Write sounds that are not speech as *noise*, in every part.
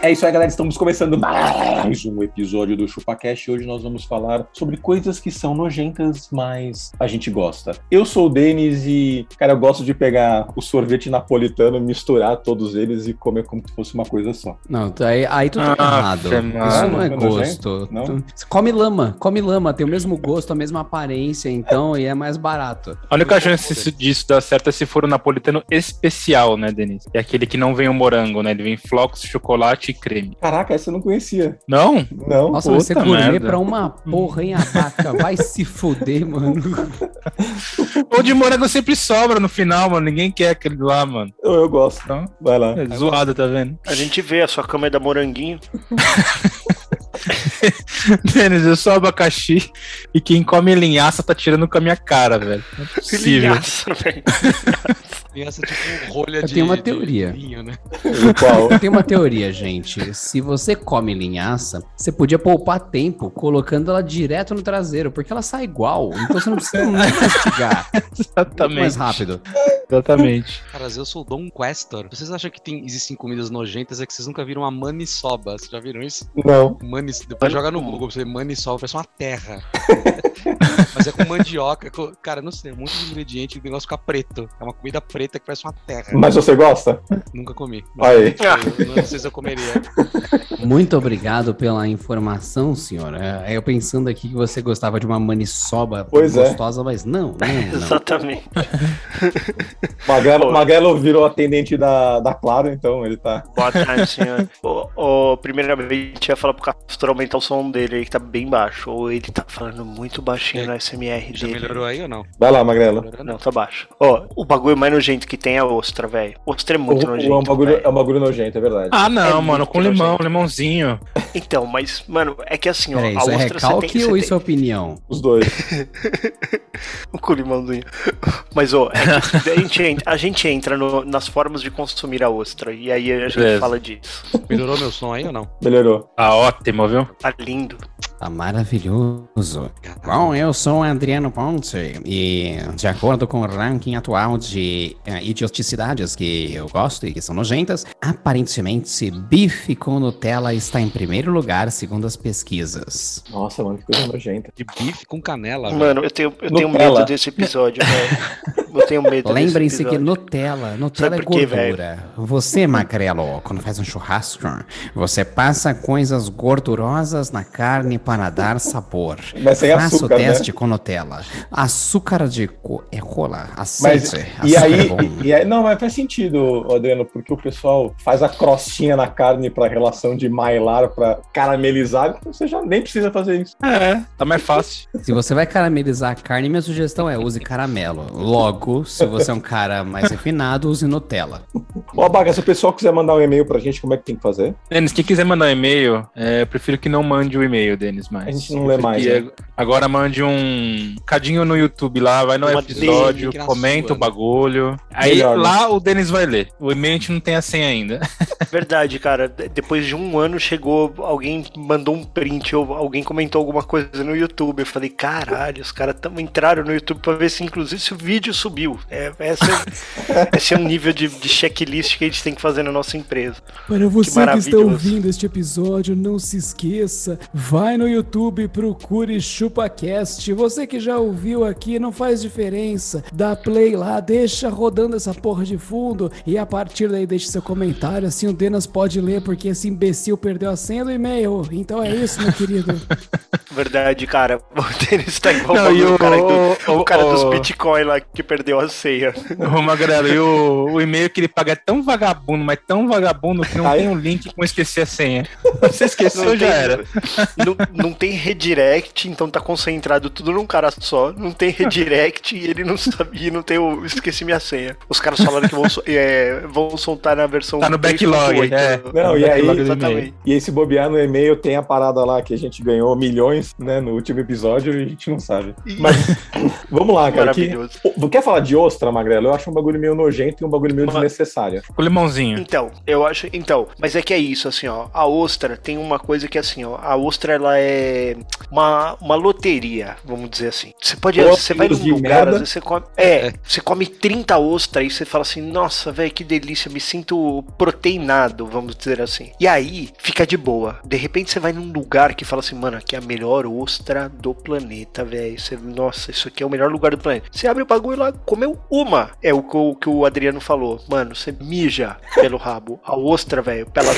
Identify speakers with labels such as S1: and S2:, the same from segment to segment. S1: É isso aí, galera. Estamos começando mais um episódio do ChupaCast. Hoje nós vamos falar sobre coisas que são nojentas, mas a gente gosta. Eu sou o Denis e, cara, eu gosto de pegar o sorvete napolitano, misturar todos eles e comer como se fosse uma coisa só.
S2: Não, tu- aí, aí tu tá
S3: Ah,
S2: errado.
S3: Fernando.
S2: Isso não é
S1: Ah, não,
S2: gosto.
S1: não?
S2: Tu- Come lama, come lama, tem o mesmo gosto, a mesma aparência, então, e é mais barato.
S3: A única chance disso- disso dar certo é se for o napolitano especial, né, Denise? É aquele que não vem o morango, né? Ele vem flocos, chocolate e creme.
S1: Caraca, essa eu não conhecia.
S3: Não?
S1: Não.
S2: Nossa, vai ser
S3: puta
S2: gourmet
S3: merda.
S2: pra uma porra em abaca. Vai se
S3: *laughs*
S2: foder, mano.
S3: O de morango sempre sobra no final, mano. Ninguém quer aquele lá, mano.
S1: Eu, eu gosto.
S3: Então,
S1: Vai lá.
S3: é zoado, tá vendo? *laughs*
S4: A gente vê, a sua cama é da Moranguinho.
S3: Denis, eu sou abacaxi e quem come linhaça tá tirando com a minha cara, velho.
S4: *laughs*
S3: Não é possível.
S4: Filhaça, *laughs* velho.
S5: Criança tipo um rolha
S2: Eu
S5: de.
S2: tenho uma
S5: de
S2: teoria.
S5: vinho, né?
S1: Qual?
S2: Eu tenho uma teoria, gente. Se você come linhaça, você podia poupar tempo colocando ela direto no traseiro, porque ela sai igual. Então você não precisa nem castigar.
S3: *laughs* *laughs* Exatamente.
S2: Mais rápido. *laughs*
S3: Exatamente.
S5: Caras, eu sou o Dom Questor. Vocês acham que tem, existem comidas nojentas? É que vocês nunca viram uma manisoba. Vocês já viram isso?
S1: Não.
S5: Manis... Depois joga no Google pra você ver manisoba, parece uma terra. *laughs* Mas é com mandioca. com- Cara, não sei, um monte de ingrediente e o negócio fica preto. É uma comida preta que parece uma terra.
S1: Mas você gosta?
S5: Nunca comi.
S1: Aí.
S5: Eu não sei se eu comeria.
S2: Muito obrigado pela informação, senhor. É, eu pensando aqui que você gostava de uma maniçoba
S1: Pois é.
S2: gostosa, mas não, não, não.
S4: Exatamente.
S1: Magrelo,
S4: Pô.
S1: Magrelo virou atendente da, da Claro, então ele tá.
S4: Boa tarde, senhor. Ô, ô, primeiramente, eu ia falar pro Castro aumentar o som dele aí, que tá bem baixo. Ou ele tá falando muito baixinho no SMR
S5: Já
S4: dele.
S5: melhorou aí ou não?
S1: Vai lá, Magrelo.
S5: Melhorou
S4: Não, tá baixo. Ó, o bagulho mais nojento que tem é a ostra, velho. Ostra é muito
S1: O- o-
S4: nojento.
S1: é, um bagulho,
S4: velho.
S1: é um bagulho nojento, é verdade.
S3: Ah, não,
S4: É
S3: mano.
S4: muito
S3: Com limão,
S4: nojento.
S3: limãozinho.
S4: Então, mas, mano, é que assim, ó,
S2: Peraí,
S4: a
S2: isso é
S4: ostra você um tem
S2: recalque
S4: que.
S2: ou isso é opinião?
S1: Os dois.
S4: com limãozinho. *laughs* Mas, ô, é que a gente entra, a gente entra no- nas formas de consumir a ostra. E aí a gente
S3: Beleza.
S4: fala disso.
S5: Melhorou meu som aí ou não?
S1: Melhorou.
S3: Tá ótimo, viu?
S4: Tá lindo.
S2: Tá maravilhoso. Bom, eu sou o Adriano Ponte e, de acordo com o ranking atual de eh, idioticidades que eu gosto e que são nojentas, aparentemente bife com Nutella está em primeiro lugar, segundo as pesquisas.
S1: Nossa, mano, que coisa nojenta.
S5: De bife com canela, velho.
S4: Mano, eu tenho, eu tenho
S1: Nutella.
S4: medo desse episódio, velho. Eu tenho medo desse
S2: Lembrem-se que
S4: Então é episódio.
S2: Nutella, Nutella é
S4: Sabe por quê,
S2: gordura. Você, magrelo, quando faz um churrasco, você passa coisas gordurosas na carne para dar sabor.
S1: Mas sem
S2: Faça
S1: açúcar,
S2: o
S1: né?
S2: teste com Nutella. Açúcar de co é cola, aceite.
S1: E
S2: açúcar é
S1: aí,
S2: bom.
S1: e aí- não, mas faz sentido, Adriano, porque o pessoal faz a crostinha na carne pra relação de mailar, pra caramelizar, então você já nem precisa fazer isso.
S3: É, tá mais fácil.
S2: Se você vai caramelizar a carne, minha sugestão é use caramelo. Logo, se você é um cara mais refinado, use Nutella.
S1: Ó, Baga, se o pessoal quiser mandar um e-mail pra gente, como é que tem que fazer?
S3: Denis, quem quiser mandar um e-mail, é, eu prefiro que não mande o e-mail, Denis, mas.
S1: A gente não lê
S3: Prefiro
S1: mais, né?
S3: que Agora mande um cadinho no YouTube lá, vai no
S4: Uma
S3: episódio,
S5: link na
S3: comenta
S5: sua,
S3: o
S5: né?
S3: bagulho. Aí
S1: Melhor, né?
S3: lá o Denis vai ler. O e-mail a gente não tem a
S1: *laughs*
S3: senha ainda.
S4: Verdade, cara. De- Depois de um ano chegou, alguém mandou um print ou alguém comentou alguma coisa no YouTube. Eu falei, caralho, os caras tão- entraram no YouTube pra ver se inclusive se o vídeo subiu. É, essa
S3: *laughs*
S4: é- esse é um nível de, de checklist que a gente tem que fazer na nossa empresa.
S6: Para você que, está
S4: maravilhoso.
S6: ouvindo este episódio, não se esqueça, vai no YouTube e procure ChupaCast. Você que já ouviu aqui, não faz diferença. Dá play lá, deixa rodando essa porra de fundo e a partir daí deixe seu comentário, assim o Denas pode ler porque esse imbecil perdeu a senha do e-mail. Então é isso, meu querido.
S4: Verdade, cara. *laughs* O Denis tá igual
S3: Não, e
S4: o
S3: o-
S4: cara, do-
S3: o-
S4: o cara dos
S3: o-
S4: Bitcoin lá que perdeu a ceia.
S3: Ô, Magrelo, e o, o e-mail que ele paga é tão vagabundo, mas tão vagabundo que não
S1: Aí-
S3: tem um link com esquecer a senha. Você esqueceu, já era.
S4: Não, *laughs* não tem redirect, então tá concentrado tudo num cara só. Não tem redirect e ele não sabia, não tem o. Esqueci minha senha. Os caras falaram que vão, sol- é, vão soltar na versão.
S3: Tá no
S4: 3.8.
S3: backlog, é.
S1: Não, e aí-
S4: Exatamente.
S1: E esse bobear no e-mail tem a parada lá que a gente ganhou milhões, né, no último episódio e a gente não sabe. Mas vamos lá, cara. Que...
S4: Maravilhoso.
S1: Pô, Quer falar de ostra, Magrelo? Eu acho um bagulho meio nojento e um bagulho meio
S4: Mas-
S1: desnecessário.
S3: O limãozinho.
S4: Então, eu acho. Então, mas é que é isso, assim, ó. A ostra tem uma coisa que, assim, ó. A ostra, ela é uma, uma loteria, vamos dizer assim. Você pode.
S1: Ou
S4: você vai num
S1: amigos de
S4: lugar,
S1: merda.
S4: às vezes você come. É, você come 30 ostras e você fala assim, nossa, velho, que delícia, me sinto proteinado, vamos dizer assim. E aí, fica de boa. De repente você vai num lugar que fala assim, mano, aqui é a melhor ostra do planeta, velho. Você, Nossa, isso aqui é o melhor lugar do planeta. Você abre o bagulho lá, comeu uma. É o que o, que o Adriano falou. Mano, você mija pelo rabo. A ostra, velho, ela,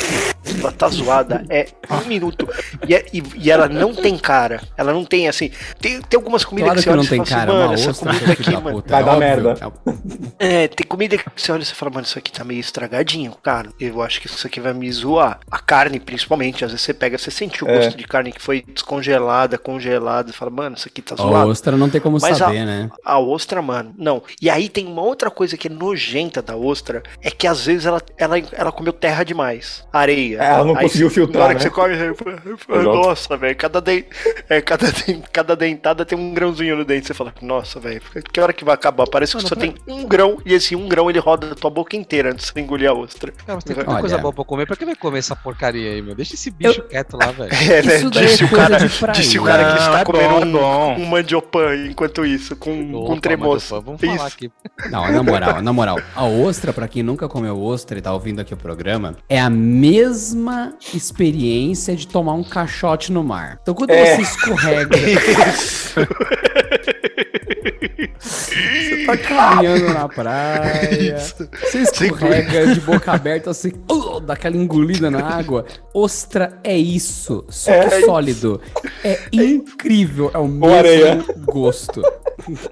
S4: ela tá zoada. É um minuto. E, é- e- e ela não tem cara. Ela não tem assim. Tem, tem algumas comidas
S2: *laughs* Claro
S4: que você
S2: que não
S4: olha e você
S2: tem
S4: fala
S2: cara,
S4: assim,
S2: é
S4: mano,
S2: uma
S4: essa
S2: ostra,
S4: comida
S2: seu filho
S4: aqui,
S2: da
S4: mano.
S2: puta.
S1: Vai
S2: é
S1: dar
S2: óbvio.
S1: merda.
S4: É, tem comida que você olha e você fala, mano, isso aqui tá meio estragadinho, cara. Eu acho que isso aqui vai me zoar. A carne, principalmente, às vezes você pega, você sente o
S1: É.
S4: gosto de carne que foi descongelada, congelada, e fala, mano, isso aqui tá
S2: É A
S4: zoado.
S2: ostra não tem como
S4: Mas a-
S2: saber, né?
S4: A ostra, mano, não. E aí tem uma outra coisa que é nojenta da ostra, é que às vezes ela, ela, ela comeu terra demais, areia.
S1: É, ela não
S4: Aí
S1: conseguiu
S4: você-
S1: filtrar,
S4: Na
S1: né?
S4: hora que você come, você- nossa, velho, cada, den- é, cada, den- cada dentada tem um grãozinho no dente. Você fala, nossa, velho, que hora que vai acabar? Parece que só
S7: é
S4: tem um grão, e esse um grão ele roda a tua boca inteira antes de você engolir a ostra.
S5: Cara, mas tem tanta
S2: Olha.
S5: coisa boa pra comer. Pra que vai comer essa porcaria aí, meu? Deixa esse bicho quieto lá, velho.
S4: É,
S7: *laughs*
S4: né?
S7: Isso daí
S4: Disse
S7: é
S4: o
S7: coisa
S4: cara,
S7: de praia.
S4: disse o cara que
S3: Não,
S4: está
S3: é
S4: comendo um,
S3: bom, bom.
S4: um mandiopan enquanto isso, *laughs* com,
S5: Opa,
S4: com tremoço.
S5: Madofã, Vamos falar
S4: Isso. *laughs*
S5: aqui.
S2: Não, na moral, na moral. A ostra, pra quem nunca comeu ostra e tá ouvindo aqui o programa, é a mesma experiência de tomar um caixote no mar. Então quando
S1: É. *laughs*
S2: você escorrega, você tá caminhando na praia, você escorrega de boca aberta assim, uh, dá aquela engolida na água. Ostra é isso, só que sólido. É incrível, é o mesmo
S1: areia.
S2: gosto.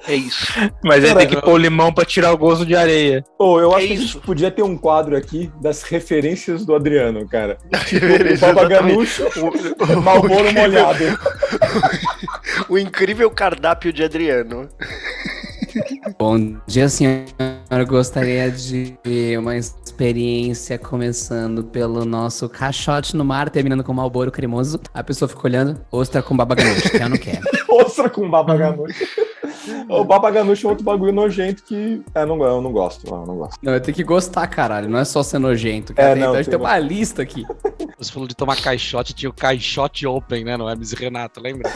S4: É isso.
S3: Mas aí tem que pôr o limão pra tirar o gosto de areia.
S1: Ô, eu acho que a
S4: isso.
S1: gente podia ter um quadro aqui das referências do Adriano, cara.
S4: Beleza,
S1: Baba
S4: exatamente.
S1: Ganoush,
S4: O-
S1: *laughs*
S4: o- o
S1: Malboro
S4: incrível-
S1: molhado.
S4: O incrível cardápio de Adriano.
S2: Bom dia, senhor. Gostaria de uma experiência começando pelo nosso caixote no mar, terminando com um malboro cremoso. A pessoa fica olhando, ostra com baba ganoush, que eu não quero.
S1: Ostra com Baba Ganoush. o Baba Ganoush é outro bagulho nojento que. Ah, não, eu não gosto. Não, eu não gosto.
S2: Não, eu tenho que gostar, caralho. Não é só ser nojento.
S1: É,
S2: Cara.
S1: não,
S2: então a gente tem
S1: tem-
S2: uma lista aqui.
S5: Você falou de tomar caixote, tinha o caixote open, né? No Hermes e Renato,
S2: *laughs*
S5: lembra?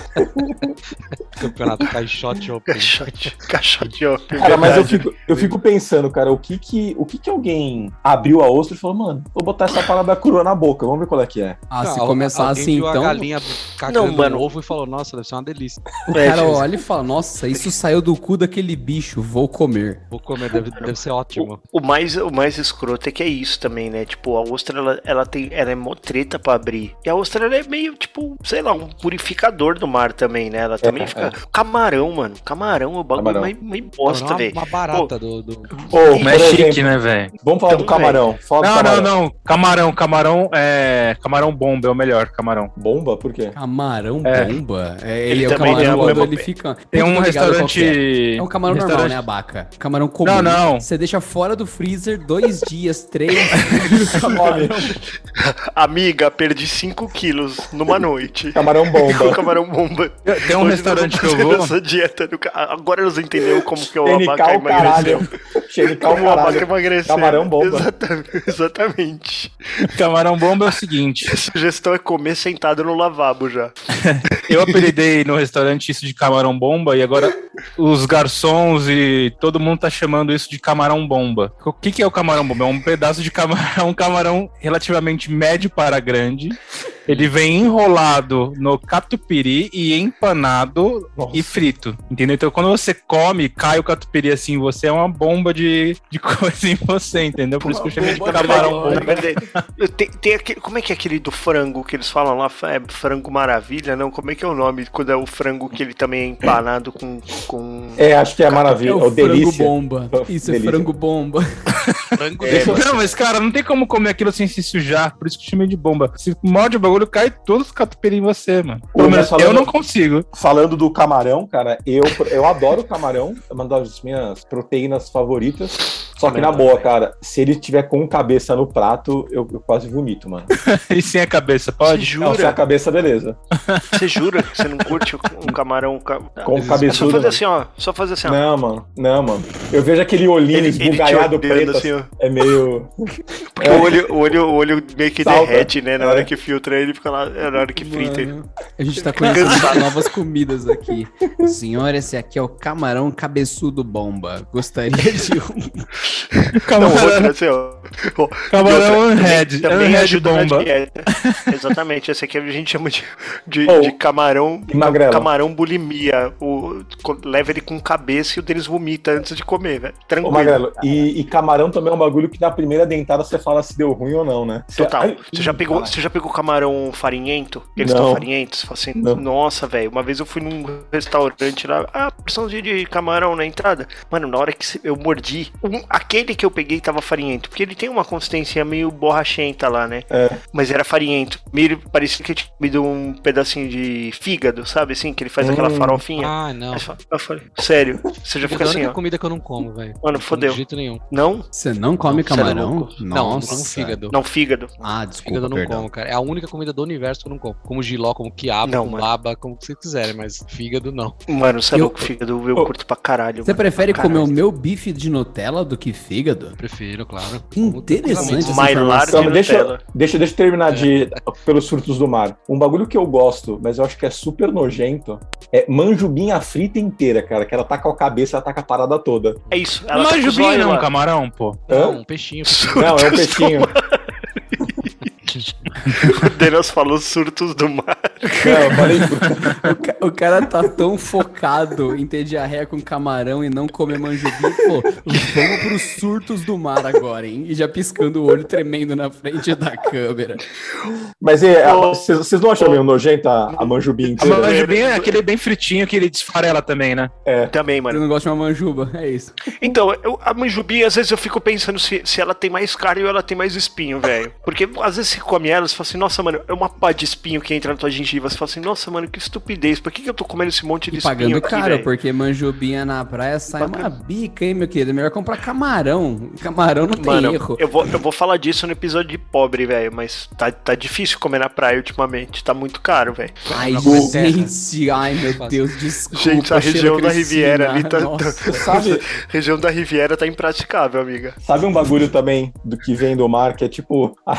S5: Campeonato caixote
S1: *laughs*
S5: open.
S4: Caixote.
S1: é
S4: Caixote, ó.
S1: Cara, mas eu
S4: verdade.
S1: fico, eu fico pensando, cara, o que que, o que que alguém abriu a ostra e falou, mano, vou botar essa parada crua na boca, vamos ver qual é que é.
S2: Ah, se
S5: Não,
S2: começar
S5: alguém
S2: assim,
S5: viu
S2: então,
S5: A galinha cagando
S4: Não, mano.
S5: um ovo e falou, nossa, deve ser uma delícia.
S2: o
S4: É,
S2: cara
S4: Jesus.
S2: olha e fala, nossa, isso saiu do cu daquele bicho, vou comer.
S5: Vou comer, deve, deve ser ótimo.
S4: O mais, o mais escroto é que é isso também, né? Tipo, a ostra, ela, ela tem, ela é mó treta pra abrir. E a ostra, ela é meio, tipo, sei lá, um purificador do mar também, né? Ela também
S1: é.
S4: fica... Camarão, mano. Camarão é o bagulho
S1: Camarão.
S4: mais, mais
S5: Não,
S4: bosta,
S5: é
S3: é
S5: uma,
S4: velho. Tipo,
S5: uma barata do, do-
S1: Ou, por
S3: Mas é
S1: exemplo,
S3: chique, né, velho?
S1: vamos falar do
S4: Então,
S1: camarão. Fala do
S3: Não, não,
S1: camarão.
S3: não. Camarão, camarão é. Camarão bomba é o melhor, camarão.
S1: Bomba? Por
S2: *laughs*
S1: quê?
S2: Camarão
S3: É.
S2: bomba? É,
S4: Ele
S2: ele é o
S4: também é
S2: camarão
S4: o
S2: quando
S4: mesmo-
S2: ele fica.
S3: Tem um
S2: Tô ligado qual que é.
S3: restaurante.
S2: É um camarão normal, né, abaca? Camarão comum.
S3: Não, não.
S2: Você deixa fora do freezer dois dias, três.
S1: *laughs* Nome,
S4: Amiga, perdi 5 quilos
S1: *laughs*
S4: numa noite.
S1: camarão
S4: Com
S1: É
S4: *laughs*
S1: bomba.
S4: camarão bomba.
S2: né?
S3: Tem um
S4: Hoje
S3: restaurante que eu
S4: fazer
S3: vou. *laughs*
S4: essa dieta do ca- Agora eles entenderam como que é o abaca
S1: Xenical,
S4: emagreceu.
S1: caralho. Xenical,
S4: Como o abaca
S1: caralho.
S4: emagreceu.
S1: Camarão bomba.
S4: Exatamente. *laughs* exatamente.
S3: Camarão bomba é o seguinte.
S4: A sugestão é comer sentado no lavabo já.
S3: Eu apelidei no restaurante isso de camarão bomba e agora os garçons e todo mundo tá chamando isso de camarão bomba. O é que, que é o camarão bomba? É um pedaço de camarão, um camarão relativamente médio para grande, Ele vem enrolado no catupiry e empanado
S1: Nossa.
S3: e frito. Entendeu? Então quando você come, cai o catupiry assim, em você é uma bomba de, de *laughs* coisa em você, entendeu? Por isso que eu chamei de
S4: Bomba
S3: camarão
S4: Mas,
S3: bomba.
S4: mas, é, tem, tem aquele, como é que é aquele do frango que eles falam lá? É frango maravilha, não? Como é que é o nome? Quando é o frango que ele também é empanado com. com...
S1: É, acho que é a
S6: É
S1: maravilha. É
S6: o frango
S1: o delícia.
S6: bomba.
S1: Delícia.
S6: Isso é frango bomba.
S5: Frango
S4: É,
S5: de-
S3: Não, mas cara, não tem como comer aquilo sem se sujar, por isso que eu chamei de bomba. Se morde o bagulho, cai todos os catupiry em você, mano.
S1: Ô,
S3: Pelo
S1: mas
S3: menos
S1: falando-
S3: eu não consigo.
S1: Falando do camarão, cara, eu, eu adoro camarão. É uma das minhas proteínas favoritas. Só que na boa, cara, se ele tiver com cabeça no prato, eu, eu quase vomito, mano.
S3: E sem a cabeça,
S4: Você
S3: pode?
S1: Não, se é a
S4: jura?
S1: cabeça, beleza.
S4: Você jura que você não curte um camarão? ca-
S1: Com
S5: Mas isso-
S4: É só
S1: cabeçudo.
S4: fazer
S1: mano.
S4: assim, ó. Só fazer assim, ó.
S1: Não, mano. Não, mano. Eu vejo aquele olhinho esbugalhado preto.
S4: assim, ó.
S1: assim, É
S4: *laughs*
S1: meio.
S4: Porque o, olho, o, olho, o olho meio que
S1: Salta.
S4: derrete, né? Na
S1: É.
S4: hora que filtra ele fica lá. é Na hora que frita ele.
S2: Mano, a gente tá conhecendo novas comidas aqui. Senhora, esse aqui é o camarão cabeçudo bomba. Gostaria de um.
S4: Não,
S3: *laughs* Camarão,
S4: outra, assim, ó. Ó,
S3: camarão é um
S4: e outra,
S3: Unhead,
S4: Também é
S3: Unhead
S4: ajuda
S3: né, bomba.
S4: na dieta. Exatamente, esse aqui a gente chama de, de,
S1: Ou-
S4: de camarão.
S1: E magrela.
S4: Camarão bulimia. O, co- leva ele com cabeça e o Denis vomita antes de comer, velho.
S1: Ô,
S4: Tranquilo.
S1: Magrelo, e, e camarão também é um bagulho que na primeira dentada você fala se deu ruim ou não, né? Você-
S4: Total.
S1: Ai,
S4: Você já pegou,
S1: caralho.
S4: você já pegou camarão farinhento? Eles
S1: Não.
S4: estão farinhentos? Você Fala assim,
S1: Não.
S4: nossa, velho. Uma vez eu fui num restaurante lá, ah, porçãozinha de camarão na entrada. Mano, na hora que se- eu mordi, um- aquele que eu peguei tava farinhento. Porque ele tem uma consistência meio borrachenta lá, né?
S1: É.
S4: Mas era farinhento. Meio parecia que eu tinha comido um pedacinho de fígado, sabe assim? Que ele faz aquela
S1: Hum.
S4: farofinha.
S5: Ah, não.
S4: Aí Eu fa- eu falei, sério, você já fica
S5: Fígado é a
S4: assim,
S5: única
S4: ó.
S5: comida que eu não como, velho.
S4: Mano, fodeu.
S5: De jeito nenhum.
S4: Não?
S2: Você não come
S5: Você é
S2: camarão?
S5: louco?
S2: Nossa.
S5: Não, eu não como fígado.
S4: Não, fígado.
S2: Ah,
S5: Fígado
S2: desculpa,
S5: eu não
S2: perdão.
S5: como, cara. É a única comida do universo que eu não como. Como giló, como quiabo,
S4: Não,
S5: como
S4: mano.
S5: baba, como vocês quiserem, mas fígado não.
S4: Mano, você é
S2: Eu-
S4: louco, fígado eu
S1: Ô,
S4: curto pra caralho.
S2: Você
S4: mano.
S2: prefere
S4: Caralho.
S2: comer o meu bife de Nutella do que fígado?
S5: Prefiro, claro.
S2: Que interessante essa
S4: Mailar
S2: informação.
S4: de-
S1: Então, deixa,
S4: Nutella.
S1: deixa, deixa eu terminar de pelos frutos do mar. Um bagulho que eu gosto, mas eu acho que é super nojento, é manjubinha frita inteira, cara. Que ela tá com a cabeça, ela tá com a parada toda.
S4: É isso. Ela tá com os
S3: Manjubinha
S4: olhos
S3: não,
S4: *laughs* lá.
S3: camarão, pô.
S5: Não,
S1: Hã?
S5: um peixinho.
S1: Não, é um peixinho.
S4: O Denis falou surtos do mar. *laughs*
S1: Não, eu falei fruta.
S2: O, ca- o cara tá tão focado em ter diarreia com camarão e não comer manjubinho. Pô, vamos pros surtos do mar agora, hein? E já piscando o olho tremendo na frente da câmera.
S1: Mas é, a-
S4: Ô,
S1: vocês vocês não acham
S4: ô.
S1: meio nojenta a, a manjubinha
S3: A
S1: inteira?
S3: manjubinha é aquele bem fritinho que ele desfarela também, né?
S4: Também,
S2: Eu
S4: mano.
S2: não gosto de uma manjuba, é isso.
S4: Então, eu- a manjubi, às vezes eu fico pensando se, se ela tem mais cárie ou ela tem mais espinho, velho. Porque às vezes você come ela, você fala assim, nossa, mano, é uma pá de espinho que entra na tua gengiva. Você fala assim, nossa, mano, que estupidez. Por que, que eu tô comendo esse monte de
S2: E
S4: espinho
S2: pagando
S4: aqui,
S2: caro,
S4: velho?
S2: porque manjubinha na praia sai uma bica, hein, meu querido? É melhor comprar camarão. Camarão não tem
S4: Mano,
S2: erro.
S4: eu vou, eu vou falar disso no episódio de pobre, velho, mas tá, tá difícil comer na praia ultimamente, tá muito caro, velho.
S2: Ai,
S5: Pra comer
S2: gente, ai meu
S5: Fácil.
S2: Deus, desculpa.
S4: Gente, a
S2: Sheila
S4: região da
S2: Cristina,
S4: Riviera ali *laughs* tá-
S2: nossa.
S1: Sabe,
S4: Região da Riviera tá impraticável, amiga.
S1: sabe um bagulho também do que vem do mar, que é tipo a-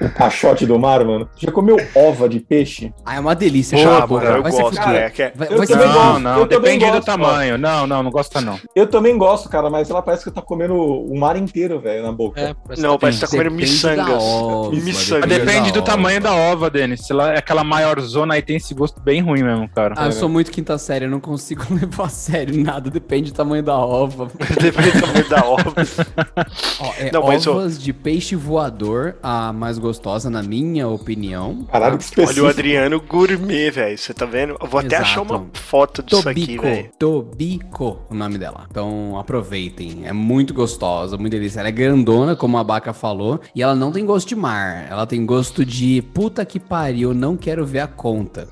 S1: o caixote do mar, mano? Já comeu ova de peixe?
S2: Ah, é uma delícia,
S3: Boa,
S2: Chapa.
S3: mano, eu
S2: Vai se
S4: Gosto,
S2: fuder.
S4: velho, que é-
S2: Vai,
S1: Eu
S2: vai se
S1: também
S2: fuder.
S3: Não,
S1: gosto,
S3: não,
S1: eu também
S3: depende do
S1: gosto,
S3: tamanho. Não, não, não gosta não.
S1: Eu também gosto, cara, mas ela parece que tá comendo o mar inteiro, velho, na boca.
S5: É, parece
S4: Não,
S5: que tem-
S4: parece que tá comendo
S2: Depende da
S4: miçangas.
S2: ova,
S4: Miçangas.
S2: depende
S3: Depende
S2: da
S3: do
S2: ova.
S3: tamanho da ova, Denis. Se ela é aquela maiorzona aí, tem esse gosto bem ruim mesmo, cara.
S4: É, né?
S2: Ah, eu sou muito quinta série, eu não consigo *laughs* levar a sério nada, depende do tamanho da ova.
S4: *laughs* Depende do tamanho da ova.
S2: *laughs* Ó, é
S4: Não, mas, ô-
S2: ovas de peixe voador, a mais gostosa, na minha opinião.
S1: Caralho, que
S4: Olha o
S1: específico.
S4: Adriano gourmet, velho. Você tá vendo? Eu vou até
S2: Exato.
S4: achar uma foto disso aqui,
S2: Tobico,
S4: velho.
S2: Tobico, o nome dela. Então aproveitem, é muito gostosa, muito delícia. Ela é grandona, como a Baca falou, e ela não tem gosto de mar, ela tem gosto de puta que pariu, não quero ver a conta.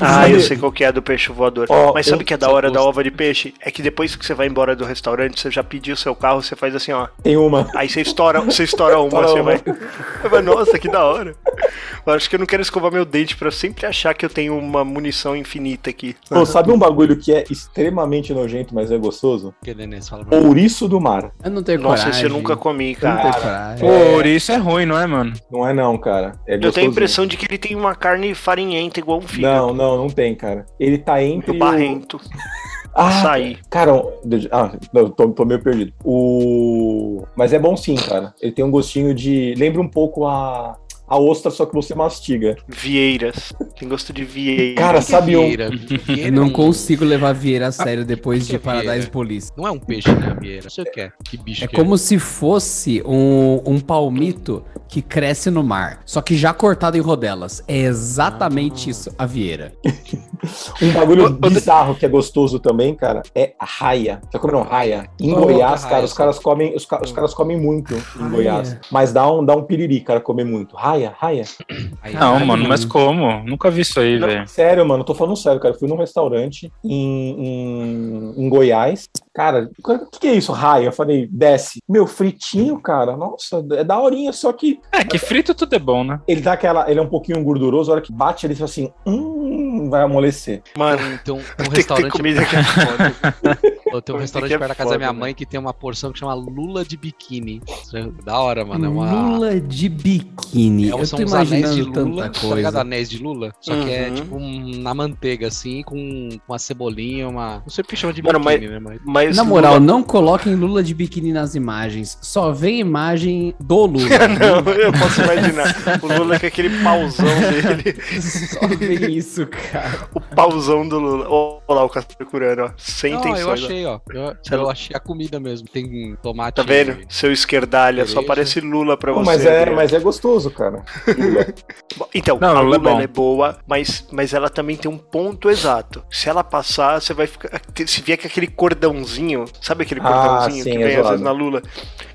S4: Ah,
S1: Sabe-
S4: eu sei qual que é a do peixe voador.
S1: Ó,
S4: Mas sabe
S1: eu-
S4: o que é da hora da ova de peixe? É que depois que você vai embora do restaurante, você já pediu seu carro, você faz assim, ó.
S1: Tem uma.
S4: Aí você estoura, você estoura uma,
S1: Estoura
S4: você
S1: uma.
S4: vai. Eu falo, Nossa, que da hora. Eu acho que eu não quero escovar meu dente pra eu sempre achar que eu tenho uma munição infinita aqui.
S1: Pô, sabe um bagulho que é extremamente nojento, mas é gostoso?
S5: que Denis fala pra mim.
S1: Ouriço do mar.
S2: Eu não tenho
S4: Nossa,
S2: coragem.
S4: esse eu nunca comi,
S2: Eu não
S4: cara.
S2: tenho coragem.
S3: Por isso é ruim, não é, mano?
S1: Não é não, cara. É
S4: Eu tenho a
S1: gostosinho.
S4: impressão de que ele tem uma carne farinhenta igual um fígado.
S1: Não, não, não tem, cara. Ele tá entre
S4: Meio barrento.
S1: Ah,
S4: Açaí.
S1: Cara, deixa- ah, não, tô, tô meio perdido. O... Mas é bom sim, cara. Ele tem um gostinho de... Lembra um pouco a... a ostra, só que você mastiga.
S4: Vieiras. Tem gosto de vieira.
S1: Cara, sabe um.
S5: Vieira? Vieira
S2: Eu não
S5: é um-
S2: consigo levar *laughs* Vieira a sério depois
S5: que
S2: de
S5: é
S2: Paradise
S5: Vieira?
S2: Police.
S5: Não é um peixe, né, a Vieira? Não sei o que é. Que bicho
S2: É
S5: que
S2: como se fosse um, um palmito que cresce no mar, só que já cortado em rodelas. É
S5: Ah.
S2: exatamente isso, a Vieira.
S1: Um bagulho bizarro que é gostoso também, cara, é a raia. Já comeram raia? Em
S5: Qual
S1: Goiás,
S5: outra
S1: cara,
S5: raia?
S1: os caras comem, os, ca- os caras comem muito
S6: Raia.
S1: em Goiás. Mas dá um, dá um piriri, cara, comer muito. Raia, raia.
S5: é. Aí,
S3: Não,
S5: aí,
S3: mano, mas como? Nunca vi isso aí,
S1: Não,
S3: velho.
S1: sério, mano, tô falando sério, cara. Eu fui num restaurante em, em, em Goiás. Cara, o que, que é isso, raia? Eu falei, desce. Meu, fritinho, cara, nossa, é daorinha, só que
S3: É, que frito tudo é bom, né?
S1: ele dá aquela. Ele é um pouquinho gorduroso, a hora que bate, ele fala assim, hum, vai amolecer.
S4: Mano, *laughs*
S5: Então, um
S4: ter
S5: restaurante.
S4: comida que é
S5: Eu tenho
S4: Comida
S5: um restaurante
S4: que é
S5: perto da casa da minha
S4: foda,
S5: mãe que tem uma porção que chama Lula de biquíni. Isso é Da hora, mano. É uma.
S2: Lula de biquíni.
S5: É,
S2: Eu
S5: são
S2: tô
S5: uns anéis de
S2: imaginando
S5: lula,
S2: tanta
S5: *laughs* tá ligado?
S2: coisa.
S5: Anéis de lula, só que é
S4: Uhum.
S5: tipo um- na manteiga, assim, com uma cebolinha, uma... Não sei porque chama de
S4: Mano,
S5: biquíni, né, mas...
S4: mas.
S2: Na moral, não coloquem Lula de biquíni nas imagens. Só vem imagem do Lula.
S4: *laughs*
S5: *laughs*
S4: Não, eu posso imaginar. O Lula com aquele pauzão dele.
S2: Só vem isso, cara.
S4: O pauzão do Lula. Ó, Olha lá o Castro procurando, ó. Sem
S5: Não,
S4: intenções.
S5: eu
S4: ó.
S5: achei, ó. Eu,
S4: Sei
S5: eu
S4: lá.
S5: achei a comida mesmo. Tem tomate...
S4: Tá vendo? Seu esquerdalha, só
S5: Cereja.
S4: parece Lula pra você.
S1: mas, é,
S4: Adriano.
S1: mas é gostoso, cara.
S4: Bom, Então,
S3: Não,
S4: a
S3: Lula
S4: Lula,
S3: é bom.
S4: ela é boa, mas, mas ela também tem um ponto exato. Se ela passar, você vai ficar. Se vier com aquele cordãozinho, sabe aquele
S1: Ah,
S4: cordãozinho
S1: sim,
S4: que vem às
S1: exato.
S4: vezes na Lula?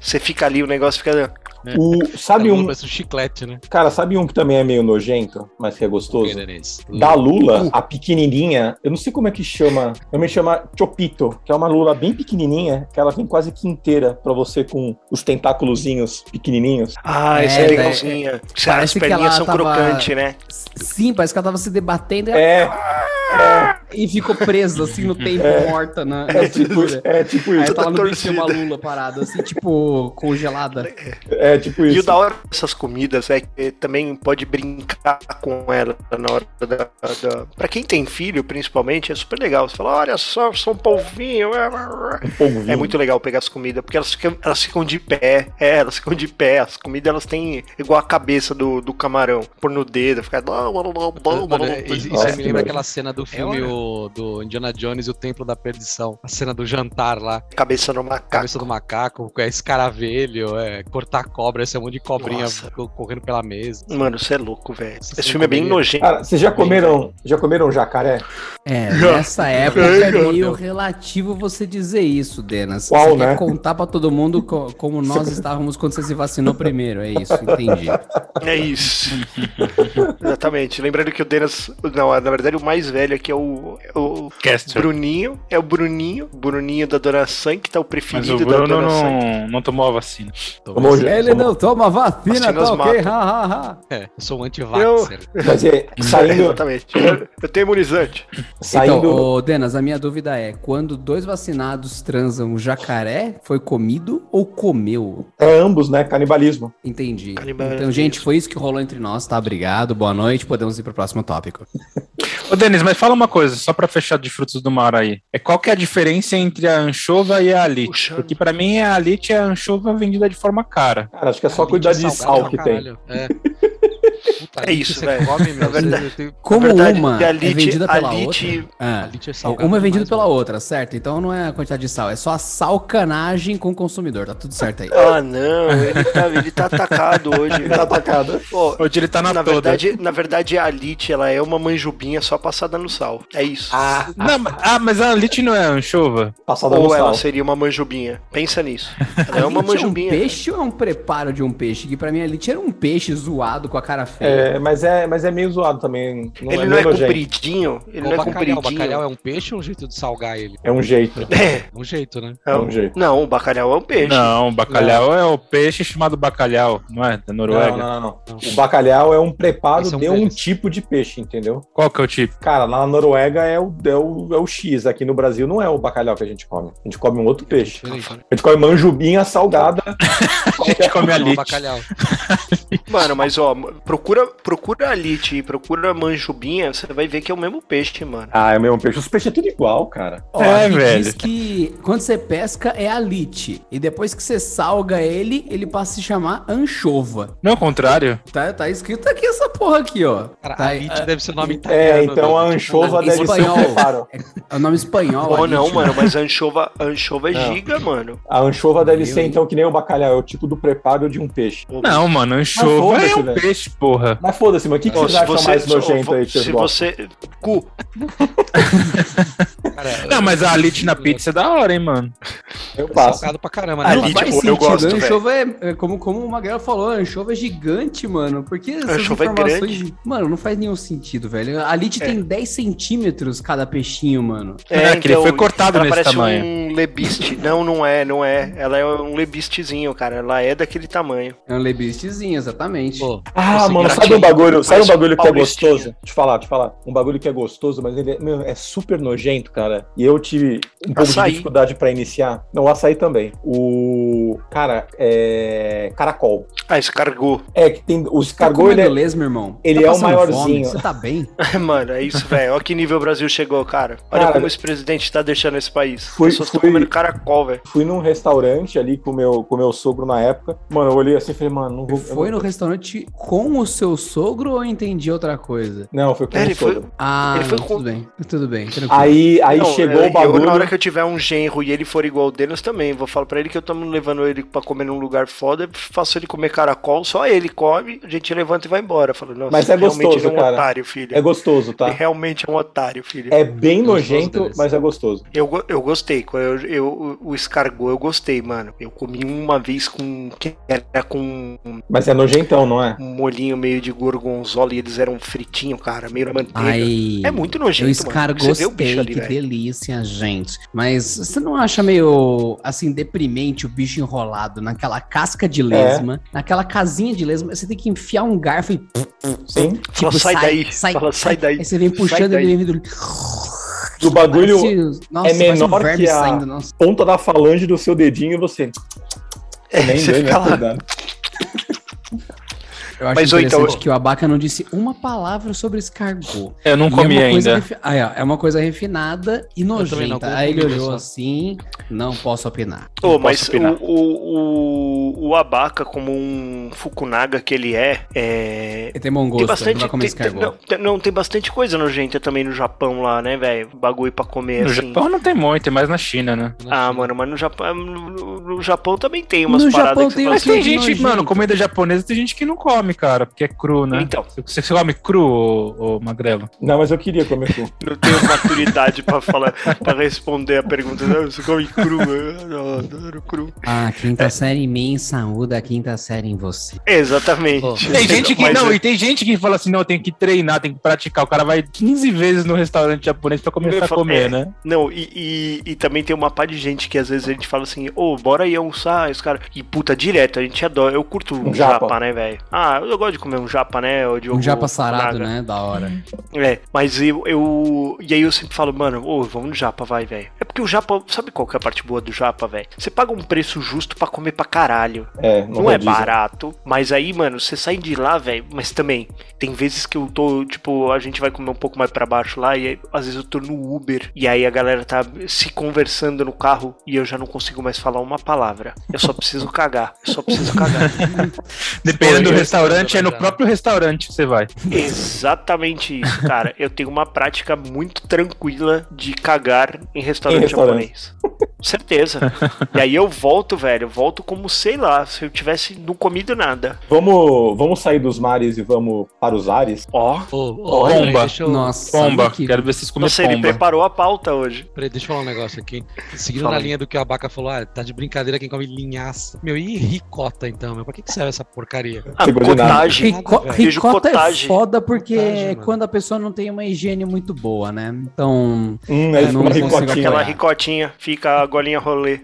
S4: Você fica ali, o negócio fica.
S1: O, sabe
S5: Sabe
S1: um,
S5: Parece um chiclete, né?
S1: Cara, sabe um que também é meio nojento, mas que é gostoso?
S4: né?
S5: Perenês.
S1: Da
S4: Hum. Uh.
S1: Lula, a pequenininha, eu não sei como é que chama, eu me chama Chopito, que é uma Lula bem pequenininha, que ela vem quase que inteira pra você com os tentáculozinhos pequenininhos.
S4: Ah,
S2: É,
S4: essa é,
S2: velho,
S4: legalzinha. Se As
S2: parece que
S4: perninhas
S2: ela
S4: são
S2: tava-
S4: crocantes, né?
S2: Sim, parece que ela tava se debatendo e-
S1: É,
S4: *laughs*
S2: e ficou presa, assim, no
S5: *laughs*
S2: tempo, morta na, na
S1: é tipo,
S2: fritura.
S1: é tipo
S2: Aí
S1: isso,
S2: tá lá no
S4: Toda
S2: bicho uma lula parada, assim, tipo, congelada.
S1: é tipo
S4: E o
S1: isso.
S4: da hora dessas comidas é que também pode brincar com ela na hora da. da... Pra quem tem filho, principalmente, é super legal. Você fala, olha só, são polvinho.
S1: Polvinho.
S4: É muito legal pegar as comidas, porque elas ficam, elas ficam de pé. É, elas ficam de pé. As comidas elas têm igual a cabeça do, do camarão. Pôr no dedo, fica.
S5: Mano, é- isso isso
S1: Nossa,
S5: me lembra
S1: velho.
S5: aquela cena do filme o- do Indiana Jones e o Templo da Perdição. A cena do jantar lá.
S4: Cabeça no macaco.
S5: Cabeça do macaco, é escaravelho, é cortar cobra, esse é um monte de cobrinha
S4: Nossa.
S5: co- correndo pela mesa.
S4: Mano, você é louco, velho.
S5: Nossa,
S4: Esse
S5: você
S4: filme é bem
S5: comeria.
S4: nojento.
S1: *laughs* Cara, vocês já comeram, já comeram jacaré? *laughs*
S2: É, nessa época é
S5: Meu
S2: meio
S5: Deus.
S2: relativo você dizer isso, Denas.
S1: Qual,
S2: você
S1: né?
S2: quer contar pra todo mundo co- como nós estávamos quando você se vacinou primeiro, é isso, entendi.
S4: É isso. Exatamente. Lembrando que o Denas. Não, na verdade, o mais velho aqui é o, é o
S3: Caster.
S4: Bruninho. É o Bruninho. Bruninho da Dona Sank, que tá o
S3: Mas o
S4: preferido da
S3: Bruno
S4: Dona Sank.
S3: não, não tomou a vacina.
S1: Tomou já-
S2: é,
S6: Ele não toma vacina,
S4: Vacinas
S6: tá ok?
S4: matam.
S6: Ha, ha, ha.
S5: É, eu sou um anti-vaxxer.
S1: Mas é,
S4: *laughs*
S1: saindo,
S4: Exatamente. Eu, eu tenho imunizante.
S2: Então,
S1: saindo,
S2: ô, Denas, a minha dúvida é, quando dois vacinados transam, o jacaré foi comido ou comeu?
S1: é ambos, né, canibalismo.
S2: Entendi.
S4: Canibalismo.
S2: Então, gente, foi isso que rolou entre nós, tá? Obrigado, boa noite, podemos ir pro próximo tópico.
S3: Ô, Denis, mas fala uma coisa, só pra fechar de frutos do mar aí. É qual que é a diferença entre a anchova e a alite?
S4: Puxa.
S3: Porque pra mim a alite é a anchova vendida de forma cara.
S1: Cara, acho que é só
S5: Além
S1: cuidar de
S5: salgado
S1: sal que
S5: pra
S1: tem.
S5: caralho,
S4: *laughs*
S5: É. Puta,
S4: É
S5: alite
S4: isso,
S5: você
S4: velho.
S5: come, meu.
S4: Na verdade-
S5: você tem-
S2: Como
S4: Na verdade,
S2: uma
S4: a
S2: é
S4: Lite-
S2: vendida
S4: a
S2: pela
S4: Lite-
S2: outra... Ah.
S5: Alite é salgado
S2: Uma é vendida
S5: demais,
S2: pela
S5: mano.
S2: outra, certo? Então não é a quantidade de sal, é só a salcanagem com o consumidor, tá tudo certo aí.
S4: Ah, não. Ele tá, ele tá atacado hoje.
S1: Ele tá atacado.
S4: Pô,
S3: Hoje ele tá na,
S4: na
S3: toda.
S4: verdade, na verdade, a Lite, ela é uma manjubinha só passada no sal. É isso.
S3: Não, mas- ah, mas a alite não é anchova?
S1: Passada no
S4: Ou ela
S1: sal.
S4: seria uma manjubinha. Pensa nisso. Ela é
S2: A
S4: uma
S2: Lite um
S4: manjubinha.
S2: peixe ou é um preparo de um peixe? Que pra mim a Lite era um peixe zoado com a cara feia.
S1: É, mas é, mas é meio zoado também. Não
S4: ele
S1: é
S4: não é
S1: meio nojento.
S4: compridinho. Ele
S5: Igual
S4: não é
S5: bacalhau,
S4: compridinho. *laughs*
S5: bacalhau é um peixe ou um jeito de salgar ele?
S1: É um jeito.
S4: É,
S5: É um jeito, né?
S1: É um jeito.
S4: Não, o bacalhau é um peixe.
S3: Não, bacalhau é o peixe chamado bacalhau, não é? Da Noruega.
S1: Não, não, não, não. O bacalhau é um preparo
S5: Esse é um
S1: de um
S5: deles.
S1: tipo de peixe, entendeu?
S3: Qual que é o tipo?
S1: Cara, lá na Noruega é o, é, o, é o X. Aqui no Brasil não é o bacalhau que a gente come. A gente come um outro peixe.
S5: Diferente.
S1: A gente come manjubinha salgada.
S3: A gente come a
S5: Não,
S3: alite.
S5: bacalhau.
S4: Mano, mas ó, pro Procura, procura alite e procura manjubinha, você vai ver que é o mesmo peixe, mano.
S1: Ah, é o mesmo peixe. Os peixes é tudo igual, cara.
S3: É,
S6: Olha,
S3: velho.
S6: diz que quando você pesca é alite. E depois que você salga ele, ele passa a se chamar anchova.
S3: Não, ao contrário.
S6: Tá, tá escrito aqui essa porra aqui, ó.
S5: Cara,
S6: Tá,
S5: alite deve ser o nome
S1: É,
S5: italiano.
S1: então a
S5: né?
S1: anchova deve
S6: espanhol.
S1: ser um preparo.
S6: É o nome espanhol.
S4: Ou
S6: alite,
S4: não,
S6: né?
S4: mano, mas anchova, anchova é
S1: Não.
S4: giga, mano.
S1: A anchova deve
S6: Meu,
S1: ser,
S6: hein?
S1: então, que nem o bacalhau. É o tipo do preparo de um peixe.
S3: Não, mano, anchova
S1: Mas
S3: é um
S1: foda-se,
S3: peixe, porra.
S1: Mas foda-se, mano. O que, que
S4: Ó,
S1: vocês acham mais nojento aí,
S4: se
S1: Tio
S4: você. Cu,
S5: Cara,
S3: Não, mas a alite na pizza é da hora, hein, mano.
S1: Eu
S5: é
S1: passo.
S5: salgado pra caramba, né?
S4: Ah,
S6: Não
S4: Alite,
S5: Mas-
S6: faz
S4: pô, eu
S6: sentido.
S4: gosto,
S6: anchova é, é como, como o Magrela falou, anchova é gigante, mano. Porque essas
S4: Anchova é
S6: Mano, não faz nenhum sentido, velho. A Lite
S4: É.
S6: tem 10 centímetros cada peixinho, mano.
S3: É, que ele foi cortado
S4: então, ela
S3: nesse
S4: parece
S3: tamanho.
S4: um lebiste. Não, não é, não é. Ela é um lebistezinho, cara. Ela é daquele tamanho.
S6: É um lebistezinho, exatamente.
S5: Pô,
S1: Ah,
S5: Consegui
S1: mano,
S4: gratinho.
S1: sabe um bagulho, sabe um
S4: Parece um
S1: bagulho que é
S4: paulistinha.
S1: gostoso? Te falar, te falar. Um bagulho que é gostoso, mas ele é, meu, é super nojento, cara. E eu tive um pouco
S4: Açaí.
S1: de dificuldade pra iniciar. Não, o açaí também. O cara, é caracol.
S4: Ah, escargou.
S1: É que tem os
S6: Tá
S1: cargol, ele
S6: comendo
S1: é,
S6: les, meu irmão?
S1: ele
S6: Tá
S1: é o
S6: passando
S1: maiorzinho.
S6: fome? Você tá bem?
S4: *laughs* Mano, é isso, velho. Olha que nível o Brasil chegou, cara. Olha
S1: Cara,
S4: como esse presidente tá deixando esse país. As
S1: fui-
S4: pessoas estão
S1: fui-
S4: comendo caracol, velho.
S1: Fui num restaurante ali com meu, com meu sogro na época. Mano, eu olhei assim e falei, mano, não vou. *laughs* eu
S6: Foi
S1: não...
S6: no restaurante com o seu sogro ou eu entendi outra coisa?
S1: Não, foi com
S4: É,
S1: meu
S4: ele foi-
S1: sogro.
S6: Ah,
S4: Ele foi
S6: não,
S4: com-
S6: tudo bem. Tudo bem, tranquilo.
S1: Aí, aí
S4: Não, é,
S1: chegou
S4: eu-
S1: o bagulho.
S4: Eu, na hora que eu tiver um genro e ele for igual o Denis também, vou falar pra ele que eu tô levando ele pra comer num lugar foda, faço ele comer caracol, só ele come, a gente levanta e vai embora. Falo, não,
S1: Mas
S4: você
S1: é gostoso,
S4: ele é um
S1: cara.
S4: otário, filho.
S1: É gostoso,
S4: Ele
S1: tá?
S4: realmente é um otário, filho.
S1: É bem
S6: Gostoso
S1: nojento,
S6: deles.
S1: mas é gostoso.
S4: Eu, go- eu gostei. quando Eu, eu- o escargot eu gostei, mano. Eu comi uma vez com. que era com
S1: Mas é nojentão, não é?
S4: um molhinho meio de gorgonzola e eles eram fritinho, cara, meio na manteiga.
S2: Ai.
S4: é muito nojento,
S2: Eu
S4: mano.
S2: escargostei, que
S4: velho.
S2: delícia, gente. Mas você não acha meio, assim, deprimente o bicho enrolado naquela casca
S4: É.
S2: de lesma, naquela casinha de lesma? Você tem que enfiar um garfo e,
S1: Sim.
S2: tipo,
S4: Fala, sai,
S2: sai,
S4: daí.
S2: sai,
S4: fala, sai
S2: *laughs*
S4: daí.
S2: aí você vem puxando
S4: daí.
S2: ele vem vindo... Tipo,
S1: E o bagulho
S2: Parece- nossa,
S1: é
S2: parece
S1: menor
S2: verme
S1: que a-
S2: saindo, nossa.
S1: ponta da falange do seu dedinho e você. *laughs*
S4: É,
S1: Nem
S4: você
S1: vê, né?
S4: fica lá.
S1: Cuidado.
S2: Eu acho
S4: Mas, ou então,
S2: interessante que o Abaca não disse uma palavra sobre escargot.
S3: Eu não
S2: E
S3: comi
S2: é uma coisa
S3: ainda.
S2: refi- Ah, é, é uma coisa refinada e
S5: também não,
S2: nojenta.
S5: como
S2: Aí ele
S5: comida
S2: olhou
S5: só.
S2: assim, não posso opinar.
S4: Ô,
S3: Não
S4: mas
S3: posso
S4: o,
S3: opinar.
S4: o, o, o abaca, como um Fukunaga que ele é, é.
S2: Ele tem bom gosto,
S4: Tem
S2: ele não
S4: bastante.
S2: vai comer
S4: Tem, tem-
S2: escargot.
S4: não, tem, não, tem bastante coisa nojenta também no Japão lá, né, velho? Bagulho pra comer
S3: No
S4: assim.
S3: Japão não tem muito, tem mais na China, né?
S4: Ah, mano, mas no Japão, no, no Japão também tem umas
S6: No
S4: paradas
S6: Japão
S4: que
S6: tem
S4: fala
S3: Mas
S4: assim.
S3: tem um
S6: Tudo
S3: gente,
S6: nojento.
S3: mano, comida japonesa tem gente que não come, cara, porque é cru, né?
S4: Então,
S3: Você você come cru, ô, ô magrelo?
S1: Não, mas eu queria comer cu.
S4: não tenho maturidade pra falar, pra responder a pergunta. "Ah, Você come cru? Eu não, eu adoro cru.
S2: Ah, quinta
S4: É.
S2: série em mim, saúde a quinta série em você.
S4: Exatamente.
S5: Pô,
S3: Tem gente que
S4: Mas é,
S3: não,
S4: eu-
S3: e tem gente que fala assim, não, tem que treinar, tem que praticar. O cara vai 15 vezes no restaurante japonês pra começar a
S4: fa- é.
S3: comer, né?
S4: Não, e, e- e também tem uma pá de gente que às vezes a gente fala assim, ô, bora aí almoçar, e os caras. E puta, direto, a gente adora. Eu curto um,
S1: Um
S4: japa.
S1: japa.
S4: né, velho? Ah, eu gosto de comer um japa, né? ou de
S2: Um
S4: algum-
S2: japa sarado,
S4: nada.
S2: né? Da hora.
S4: É, mas eu, eu. E aí eu sempre falo, mano, ô, vamos no japa, vai, velho. É porque o japa. Sabe qual que é a parte boa do japa, velho? Você paga um preço justo pra comer pra caralho.
S1: É,
S4: Não, é
S1: rodízio.
S4: barato, mas aí, mano, você sai de lá, velho. Mas também, tem vezes que eu tô, tipo, a gente vai comer um pouco mais pra baixo lá, e aí, às vezes eu tô no Uber, e aí a galera tá se conversando no carro e eu já não consigo mais falar uma palavra. Eu só preciso cagar. Eu só preciso cagar.
S3: Dependendo do
S5: Olha,
S3: restaurante, é no
S5: já.
S3: próprio restaurante que você vai.
S4: Exatamente isso, cara. Eu tenho uma prática muito tranquila de cagar em restaurante,
S1: Em restaurante.
S4: japonês. Certeza. E aí eu volto, velho. Eu volto como, sei lá, se eu tivesse não comido nada.
S1: Vamos, vamos sair dos mares e vamos para os ares?
S4: Ó.
S5: Ô, ô,
S3: Bomba.
S5: peraí, deixa eu-
S2: Nossa,
S3: Pomba,
S2: olha que-
S3: quero ver vocês comerem
S4: Nossa, ele
S3: pomba.
S4: preparou a pauta hoje.
S5: Peraí, deixa eu falar um negócio aqui. Seguindo
S4: Fala
S5: na
S4: aí.
S5: linha do que o Abaca falou, ah, tá de brincadeira quem come linhaça. Meu, e ricota então, meu? Pra que, que serve essa porcaria?
S4: A
S1: Sem cozinhar.
S4: cotagem.
S2: Rico-
S5: velho.
S4: Queijo
S2: ricota é
S4: cottage.
S2: foda porque
S5: Cottage,
S2: é
S5: mano.
S2: quando a pessoa não tem uma higiene muito boa, né? Então,
S1: Hum,
S4: É,
S1: aí
S2: Eu
S1: fica
S2: não
S1: uma
S2: consigo
S1: ricotinha.
S4: Aquela
S2: Olha.
S4: ricotinha, fica a golinha rolê.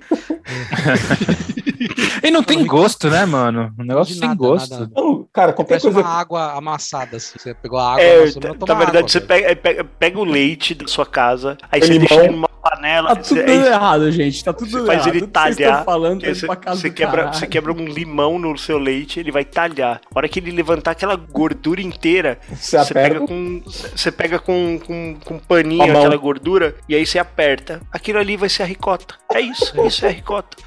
S3: E não tem gosto, né, mano? O negócio
S5: De
S3: tem
S5: nada,
S3: gosto.
S5: nada.
S1: Não, cara, qualquer
S5: Parece
S1: coisa.
S5: uma água amassada, assim. Você pegou a água,
S4: É,
S5: amassou, mas
S4: na
S5: toma
S4: verdade,
S5: água,
S4: você
S5: velho.
S4: pega, é, pega- pega o leite da sua casa, aí
S1: Tem
S4: você
S1: limão.
S4: deixa ele numa panela.
S2: Ah,
S7: Tá tudo
S4: é isso.
S7: errado, gente. Tá tudo
S4: Você
S7: errado.
S4: faz ele
S7: Tudo que vocês estão
S4: talhar,
S7: falando
S2: é
S7: tá
S4: Você,
S7: indo pra casa
S4: você
S7: do
S4: quebra,
S7: caralho.
S4: você quebra um limão no seu leite, ele vai talhar. A hora que ele levantar aquela gordura inteira,
S1: Você
S4: você
S1: aperta.
S4: pega com. Você pega com, com, com um
S1: Com a
S4: paninho
S1: mão.
S4: aquela gordura e aí você aperta. Aquilo ali vai ser a ricota. É isso, isso é a ricota.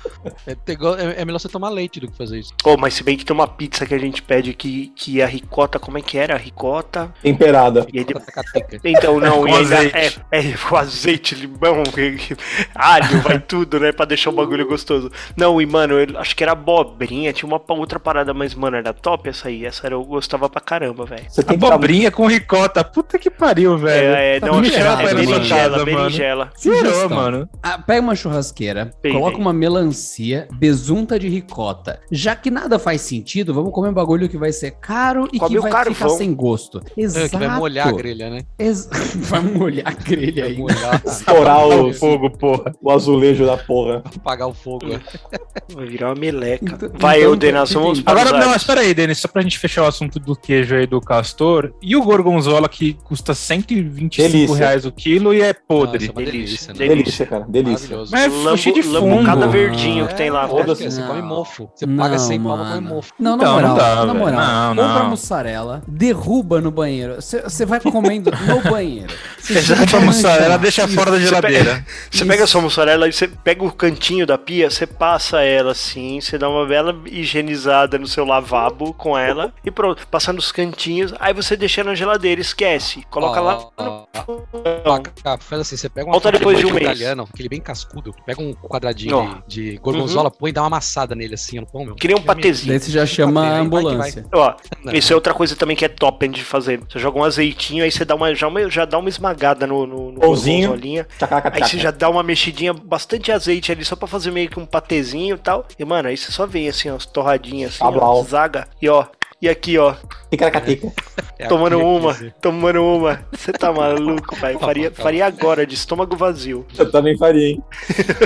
S5: É, é igual- é- é melhor você tomar leite do que fazer isso.
S4: Oh, mas se bem que tem uma pizza que a gente pede que, que é a ricota, como é que era? A ricota.
S1: Temperada.
S4: E aí de-
S5: Batata cateca.
S4: Então, não,
S3: *laughs* Com
S4: e ainda
S3: azeite.
S4: é, é com azeite, limão, *laughs* alho, vai tudo, né? Pra deixar o bagulho
S3: Uhum.
S4: gostoso. Não, e mano, eu acho que era abobrinha, tinha uma pa- outra parada, mas, mano, era top essa aí. Essa era, eu gostava pra caramba, velho.
S1: Você tem que dar-
S3: Abobrinha com ricota. Puta que pariu, velho.
S4: É, é,
S2: tá
S4: não,
S2: muito
S4: acho que era
S2: errado,
S4: é,
S2: mano.
S4: berinjela,
S3: né, Mano.
S4: berinjela.
S3: Virou,
S2: Sugestão.
S3: mano.
S2: Ah, pega uma churrasqueira,
S4: Tem,
S2: coloca
S4: tem.
S2: uma melancia, besunta de ricota. Já que nada faz sentido, vamos comer um bagulho que vai ser caro e
S4: Come
S2: que
S4: o
S2: vai ficar
S4: carvão.
S2: sem gosto.
S5: É,
S2: Exato.
S5: que vai molhar a grelha, né?
S2: Ex- *laughs* vai molhar a grelha
S5: Vai
S2: aí.
S5: molhar,
S4: tá
S1: Estourar o,
S3: O fogo, porra.
S1: o azulejo da porra.
S5: apagar o fogo. né?
S3: É,
S4: Vai virar uma meleca.
S2: Então-
S4: vai,
S2: então,
S4: Elden, nós vamos para
S3: Agora,
S4: os
S3: não,
S4: ares.
S3: espera aí, Denis, só pra gente fechar o assunto do queijo aí do castor. E o gorgonzola que custa 125
S1: Delícia.
S3: reais o quilo e é podre.
S5: Nossa, uma
S4: Delícia,
S5: delícia, né?
S1: Delícia, cara. Delícia.
S5: Maravilhoso.
S3: Mas é
S4: Lambu-
S3: fuxi de fundo.
S4: Lambucada
S2: Ah,
S4: verdinho que tem lá. né? assim.
S5: É,
S4: velho.
S5: foda-se, você
S2: Não.
S5: come mofo. Você
S2: Não,
S5: paga 100 pau pra comer
S2: mano.
S5: mofo.
S2: Não, na
S3: Então,
S2: moral,
S3: não dá,
S2: na
S3: velho.
S2: moral.
S3: Não,
S2: Compra
S3: não.
S2: mussarela, derruba no banheiro. Você vai comendo no
S4: *laughs*
S2: banheiro. Cê chega
S3: Exato,
S2: a
S3: moçada, ela
S2: manchar.
S3: deixa fora da
S4: Você
S3: geladeira.
S4: Você pega a sua mussarela e você pega o cantinho da pia, você passa ela assim, você dá uma bela higienizada no seu lavabo com ela e pronto, passando os cantinhos, aí você deixa na geladeira, esquece, coloca
S5: Ó,
S4: lá
S5: ó,
S4: no
S5: Ó,
S4: fogão.
S5: cara, faz assim, você pega uma
S4: Volta depois de um mês.
S5: italiano, aquele bem cascudo, pega um quadradinho
S4: Ó. Uhum.
S5: de, de gorgonzola, põe e dá uma amassada nele assim no pão, meu.
S4: Que nem um
S2: Daí
S4: patezinho.
S2: você já chama a ambulância.
S4: Ó,
S5: *laughs* Não.
S4: isso é outra coisa também que é top de fazer. Você joga um azeitinho, aí você dá uma, já, uma- já dá uma esmagada no, no, no
S1: Pãozinho.
S4: gorgonzolinha.
S1: Tchacaca,
S5: Tá,
S4: Aí você
S1: tchacaca.
S4: já dá uma mexidinha, bastante azeite ali, só pra fazer meio que um patezinho e tal. E, mano, aí você só vem assim, ó, as torradinhas
S5: Tá
S4: assim, ó,
S1: Tablau.
S4: zaga. E ó, e aqui, ó,
S1: Ticaracateca.
S5: É a
S4: tomando
S5: crise.
S4: uma, tomando uma. Você tá maluco, pai?
S2: *laughs*
S4: Eu Faria, faria agora, de estômago vazio.
S1: Eu também faria,
S4: *laughs*
S1: hein?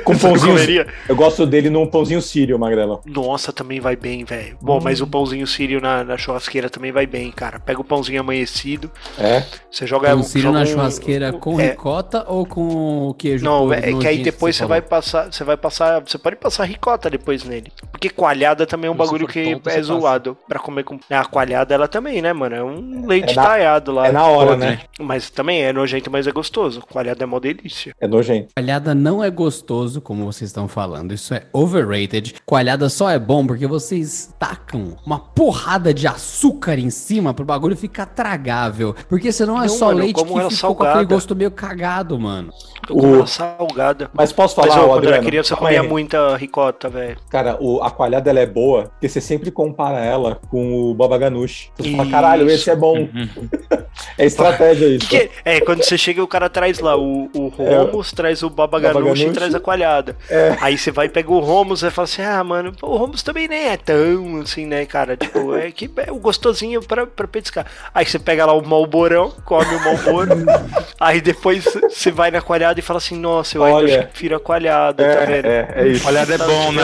S1: Com
S4: Você não
S1: Um pãozinho.
S4: comeria?
S1: Eu gosto dele num pãozinho sírio, Magrela.
S4: Nossa, também vai bem, velho. Bom, mas o pãozinho sírio na, na churrasqueira também vai bem, cara. Pega o pãozinho amanhecido,
S1: É.
S4: você joga...
S2: Pão
S4: joga
S2: sírio Então, na
S4: um-
S2: churrasqueira com
S4: é,
S2: ricota ou com o queijo?
S4: Não,
S2: todo
S4: é que aí
S2: nojento
S4: depois você
S2: falou?
S4: vai passar, você vai passar, você pode passar ricota depois nele. Porque coalhada também é um
S5: Se você
S4: bagulho
S5: for
S4: que
S5: tonto,
S4: é
S5: você
S4: zoado pra comer com a coalhada ela também, né, mano? É um leite
S1: É na-
S4: talhado lá.
S1: É na hora,
S3: Podre.
S1: né?
S4: Mas também é nojento, mas é gostoso. Coalhada é mó delícia.
S1: É nojento.
S2: Coalhada não é gostoso, como vocês estão falando. Isso é overrated. Coalhada só é bom porque vocês tacam uma porrada de açúcar em cima pro bagulho ficar tragável. Porque senão é
S4: Não,
S2: só
S4: mano, eu
S2: leite que
S4: como ela
S2: ficou com aquele
S4: salgada.
S2: gosto meio cagado, mano.
S4: Eu como
S1: O-
S4: ela salgada.
S1: Mas posso falar,
S4: Mas eu,
S1: ô,
S4: quando era
S1: Adriano?
S4: criança, eu
S1: Calma aí.
S4: comia muita ricota, velho.
S1: Cara, o, a coalhada ela é boa, porque você sempre compara ela com o Baba Ganoush. Você fala,
S4: Isso.
S1: caralho, esse é bom. *laughs* é estratégia isso.
S4: Que que é? é, quando você chega, o cara traz lá o, o Romos, traz o Baba
S1: É, Baba
S4: Ganoush e
S1: Ganoush.
S4: traz a coalhada.
S1: É.
S4: Aí você vai e pega o Romos e fala assim: ah, mano, o Romos também nem é tão assim, né, cara? Tipo, é que é o gostosinho pra, pra petiscar. Aí você pega lá o Malborão, come
S1: *laughs*
S4: o Malboro. aí depois você vai na coalhada e fala assim: nossa, eu ainda
S1: Olha.
S4: acho que prefiro a coalhada, tá vendo?
S1: É, é, é isso.
S3: Olhada é bom, né?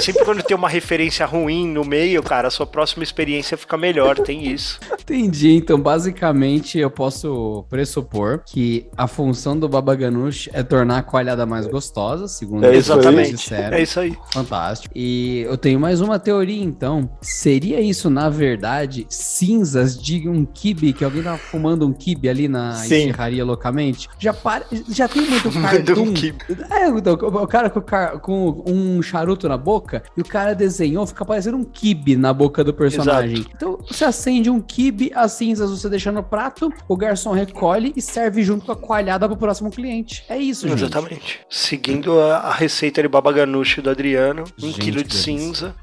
S4: Sempre quando tem uma referência ruim no meio, cara, a sua próxima experiência fica melhor, tem isso.
S2: Entendi. Então, basicamente, eu posso pressupor que a função do Baba Ganoush é tornar a coalhada mais gostosa, segundo
S1: É
S2: o que
S1: isso aí.
S2: vocês
S4: Exatamente.
S2: disseram.
S4: É isso aí.
S2: Fantástico. E eu tenho mais uma teoria, então. Seria isso, na verdade, cinzas de um kibe, que alguém tava fumando um kibe ali na
S1: Sim.
S2: encerraria loucamente? Já, para- já tem
S4: *laughs*
S2: muito
S4: Mandou
S2: cartoon.
S4: um que
S2: É, então, o cara com, o car- com um charuto na boca e o cara desenhou, fica parecendo um kibe na boca do personagem. Então, você acende um kibe, as cinzas você deixa no prato, o garçom recolhe e serve junto com a coalhada pro próximo cliente. É isso, gente.
S4: Exatamente. Seguindo a, a receita de baba ganoush do Adriano, um
S2: Gente,
S4: quilo
S2: que
S4: de
S2: delícia.
S4: cinza,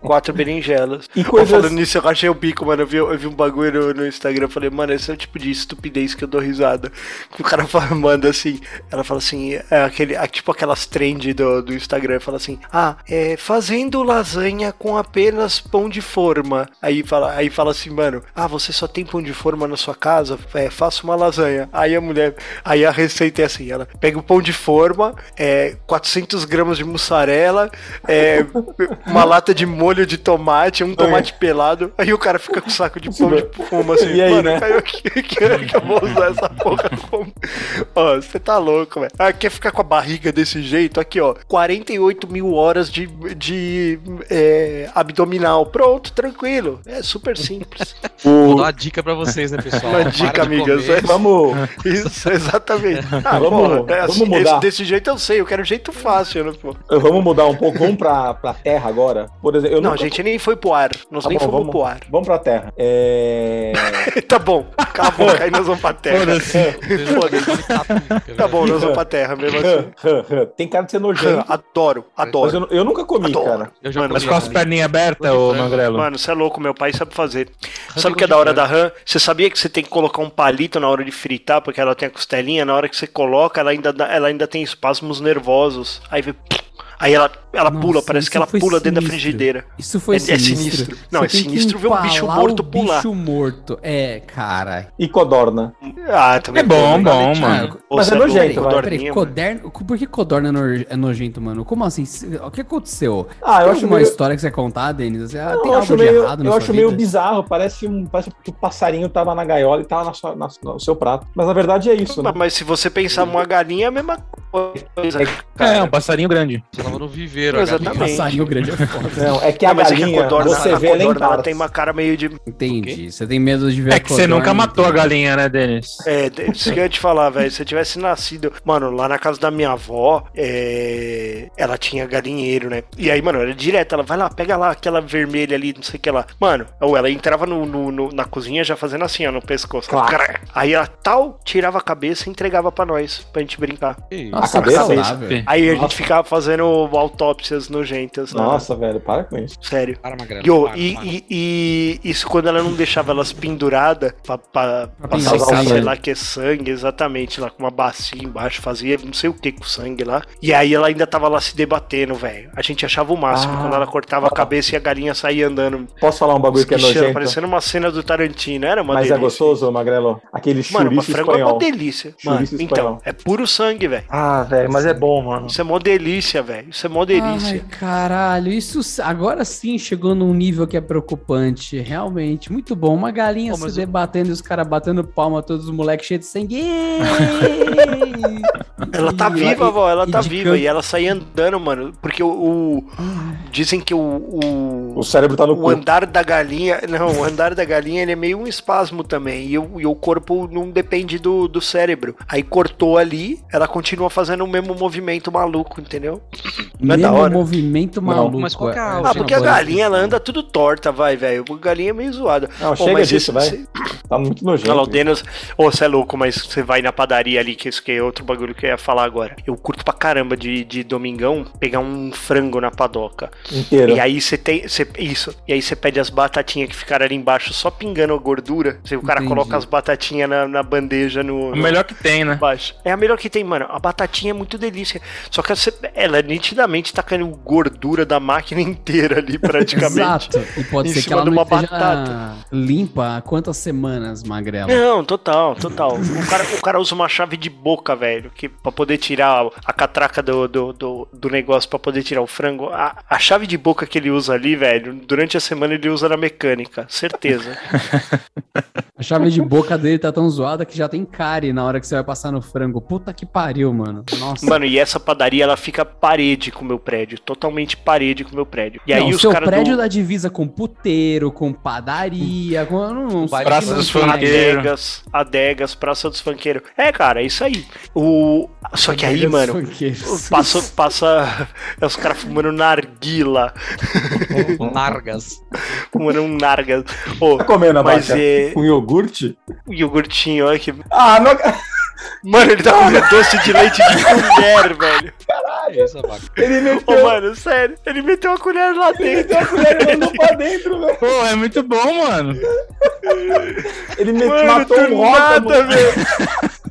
S4: quatro berinjelas.
S1: E
S4: Pô,
S1: coisas...
S4: falando nisso, eu achei o bico, mano. Eu vi, eu vi um bagulho no, no Instagram, eu falei, mano, esse é o tipo de estupidez que eu dou risada. O cara *laughs* fala- manda assim, ela fala assim, é aquele, é tipo aquelas trend do, do Instagram, fala assim, ah, lá, é, fazendo lasanha com apenas pão de forma. Aí fala, aí fala assim, mano, ah, você só tem pão de forma na sua casa? É, faça uma lasanha. Aí a mulher, aí a receita é assim, ela pega o pão de forma, é, 400 gramas de mussarela, é, uma lata de molho de tomate, um tomate pelado. Aí o cara fica com o saco de pão de forma assim,
S1: É. E aí,
S4: mano,
S1: né?
S4: caiu aqui, *laughs* que hora que eu vou usar essa porra do pão Ó, você tá louco, velho. Ah, quer ficar com a barriga desse jeito? Aqui, ó. 48 mil horas de, de é, abdominal. Pronto, tranquilo. É super simples.
S5: Vou dar uma dica pra vocês, né, pessoal?
S4: *laughs* Uma
S5: Para de
S4: dica, amigas.
S5: comer. *laughs*
S4: É,
S1: Vamos.
S4: Isso, exatamente. Ah,
S1: Vamos-
S4: porra, é
S1: vamos
S4: assim,
S1: mudar.
S4: esse- desse jeito eu sei, eu quero jeito fácil, né, pô?
S1: Vamos mudar um pouco, vamos pra, pra terra agora. Por exemplo, eu
S4: Não, a
S1: nunca-
S4: gente nem foi pro ar. Nós
S1: Tá
S4: nem
S1: bom,
S4: fomos
S1: vamos.
S4: pro ar.
S1: Vamos pra terra. É.
S4: *laughs* tá bom, acabou, aí nós vamos pra terra. Foda-se. Tá bom, nós vamos pra terra
S1: *laughs*
S4: mesmo assim.
S1: Tem cara de ser nojento.
S4: Adoro,
S1: Mas
S4: adoro.
S1: eu, eu nunca comi,
S4: Adoro.
S1: cara.
S5: Eu já
S4: Mano,
S3: Mas
S5: comi
S3: com as
S5: essa.
S3: perninhas abertas, ô Magrelo.
S4: Mano, você é louco, meu pai sabe fazer. sabe o
S5: de
S4: que é da hora da
S5: frango.
S4: RAM? Você sabia que você tem que colocar um palito na hora de fritar, porque ela tem a costelinha, na hora que você coloca, ela ainda, dá- ela ainda tem espasmos nervosos. Aí vem. Aí ela, ela
S6: Nossa,
S4: pula, parece que
S6: isso
S4: ela
S6: foi
S4: pula dentro da
S6: sinistro.
S4: frigideira.
S6: Isso foi
S4: É- é
S6: sinistro.
S4: sinistro. Não,
S6: Você tem
S4: é
S6: que
S4: sinistro ver um bicho
S6: empalar
S4: morto
S6: o
S4: pular.
S6: bicho morto. É, cara.
S1: E codorna.
S4: Ah, também.
S3: É bom,
S6: Cara,
S3: bom, mano.
S4: Pô,
S1: Mas é
S4: você louco,
S1: nojento, vai.
S4: codorninha,
S6: Peraí,
S4: mano.
S6: coderno, por que codorna é nor- é nojento, mano? Como assim? Se- O que aconteceu?
S1: Ah,
S6: tem
S1: eu acho
S6: alguma
S1: meio.
S6: história que você contar, Denis? Assim, ah, tem
S1: Eu
S6: algo
S1: acho,
S6: de
S1: meio,
S6: errado na
S1: eu
S6: sua
S1: acho meio
S6: vida?
S1: bizarro, parece, um, parece que o passarinho tava na gaiola e tava na sua- na- no seu prato. Mas na verdade é isso, né?
S4: Mas se você pensar numa galinha, é a mesma coisa.
S3: É, um passarinho grande.
S5: Você tava no viveiro,
S4: Exatamente.
S5: HB.
S6: Passarinho grande é foda.
S1: Não, é que a
S4: Não, mas é que
S1: galinha, você
S4: a
S1: vê ela em
S4: codorna, ela
S1: partes.
S4: tem uma cara meio de.
S6: Entendi. Você tem medo de ver
S3: É que você
S6: codorna,
S3: nunca matou a
S6: entendeu?
S3: galinha, né, Denis?
S4: É, de- isso que eu ia te falar, velho. Se eu tivesse nascido. Mano, lá na casa da minha avó, é, ela tinha galinheiro, né? E aí, mano, era direto. Ela vai lá, pega lá aquela vermelha ali, não sei o que lá. Mano, ou ela entrava no, no- no- na cozinha já fazendo assim, ó, no pescoço.
S1: Claro.
S4: Crá. Aí ela tal, tirava a cabeça e entregava pra nós, pra gente brincar.
S6: Nossa,
S1: A
S6: que
S1: cabeça?
S6: saudável.
S4: Aí a gente
S1: Nossa.
S4: ficava fazendo autópsias nojentas. né?
S1: Nossa, velho, para com isso.
S4: Sério.
S5: Para, Magrelo.
S4: Yo,
S5: para,
S4: e,
S5: para.
S4: e- e isso quando ela não deixava elas penduradas pra, pra, pra
S6: pingar
S1: o
S4: secar, sei
S1: sangue. né?
S4: lá que é sangue, exatamente, lá com uma bacia embaixo, fazia não sei o que com sangue lá. E aí ela ainda tava lá se debatendo, velho. A gente achava o máximo
S1: Ah.
S4: quando ela cortava a cabeça e a galinha saía andando,
S1: Posso falar um bagulho que é
S4: esguichando,
S1: nojento?
S4: parecendo uma cena do Tarantino. Era uma
S1: Mas
S4: delícia.
S1: é gostoso, Magrelo? Aquele
S4: Mano, mas
S1: chouriço
S4: frango é
S1: espanhol.
S4: uma delícia. Mano,
S1: Chouriço
S4: então,
S1: espanhol.
S4: é puro sangue, velho.
S1: Ah, velho, mas é bom, mano.
S4: Isso é mó delícia, velho. Isso é mó delícia.
S6: Ai, caralho, isso s- agora sim chegou num nível que é preocupante, realmente. Muito bom. Uma galinha
S5: Pô,
S6: se
S5: mas eu-
S6: debatendo e os caras batendo palma, todos os moleques cheios de
S4: *laughs*
S6: sangue. Ei!
S4: Ela tá
S6: E-
S4: viva,
S6: e-
S4: vó, ela
S6: e
S4: tá
S6: de
S4: viva.
S6: canto.
S4: E ela saía andando, mano. Porque o. o- dizem que o. o...
S1: O cérebro tá no
S4: o
S1: cu.
S4: andar da galinha, não, o andar da galinha ele é meio um espasmo também, e o, e o corpo não depende do, do cérebro. Aí cortou ali, ela continua fazendo o mesmo movimento maluco, entendeu? Não é da
S6: Mesmo
S4: hora.
S6: um movimento maluco. tipo,
S5: mas qual que é a
S4: Ah,
S5: Imagina
S4: porque a galinha ela anda tudo torta, vai, velho. A galinha é meio zoada.
S1: Não,
S4: Ô,
S1: chega
S4: mas
S1: disso,
S4: esse-
S1: vai. Tá muito nojento.
S4: Olha lá, o Denis. Ô, você é louco, mas você vai na padaria ali, que isso que é outro bagulho que eu ia falar agora. Eu curto pra caramba de, de domingão pegar um frango na padoca.
S1: Inteiro.
S4: E aí você tem. você- isso. E aí você pede as batatinhas que ficaram ali embaixo só pingando a gordura. Você- O cara
S6: Entendi.
S4: coloca as batatinhas na, na bandeja no.
S3: O
S4: no-
S3: melhor que tem, né?
S4: Baixo. É a melhor que tem, mano. A batatinha é muito delícia. Só que você- ela nitidamente tá caindo gordura da máquina *laughs* inteira ali, praticamente.
S6: Exato. E pode
S4: Em
S6: ser que
S4: cima
S6: ela
S4: de
S6: não
S4: uma
S6: esteja
S4: batata.
S6: limpa há quantas semanas, Magrela?
S4: Não, total, total. O cara, o cara usa uma chave de boca, velho, que pra poder tirar a catraca do, do, do, do negócio, pra poder tirar o frango. A, a chave de boca que ele usa ali, velho, durante a semana ele usa na mecânica, certeza.
S6: A chave de boca dele tá tão zoada que já tem cárie na hora que você vai passar no frango. Puta que pariu, mano. Nossa.
S4: Mano, e essa padaria, ela fica parede com o meu prédio, totalmente parede com o meu prédio. E aí
S6: Não,
S4: os
S6: seu
S4: caras
S6: prédio
S4: do...
S6: da divisa com puteiro, com padaria, com. eu Não, não sei
S5: Praça
S6: o que mais
S3: dos
S6: tem.
S2: né?
S3: Funkeiro.
S4: Adegas, adegas, Praça dos Fanqueiros. É, cara, é isso aí. O... Só que aí,
S6: Adegas
S4: mano,
S6: Funkeiros.
S4: passa, passa *laughs* é os caras fumando narguila,
S5: Largas.
S4: fumando um narga. Ô,
S1: Tá comendo a
S4: mas
S1: vaca
S4: é,
S1: com iogurte?
S4: O iogurtinho, olha que.
S1: Ah, não... *laughs*
S4: Mano, ele tá comendo doce de leite de *laughs* colher, velho.
S5: É isso, vaca.
S1: ele meteu
S4: Ô, mano, sério. Ele meteu a colher lá dentro.
S1: a colher e mandou pra dentro, velho.
S3: Pô, é muito bom, mano.
S1: Ele me-
S4: Mano,
S1: matou
S4: do
S1: um rótulo.
S4: nada, velho.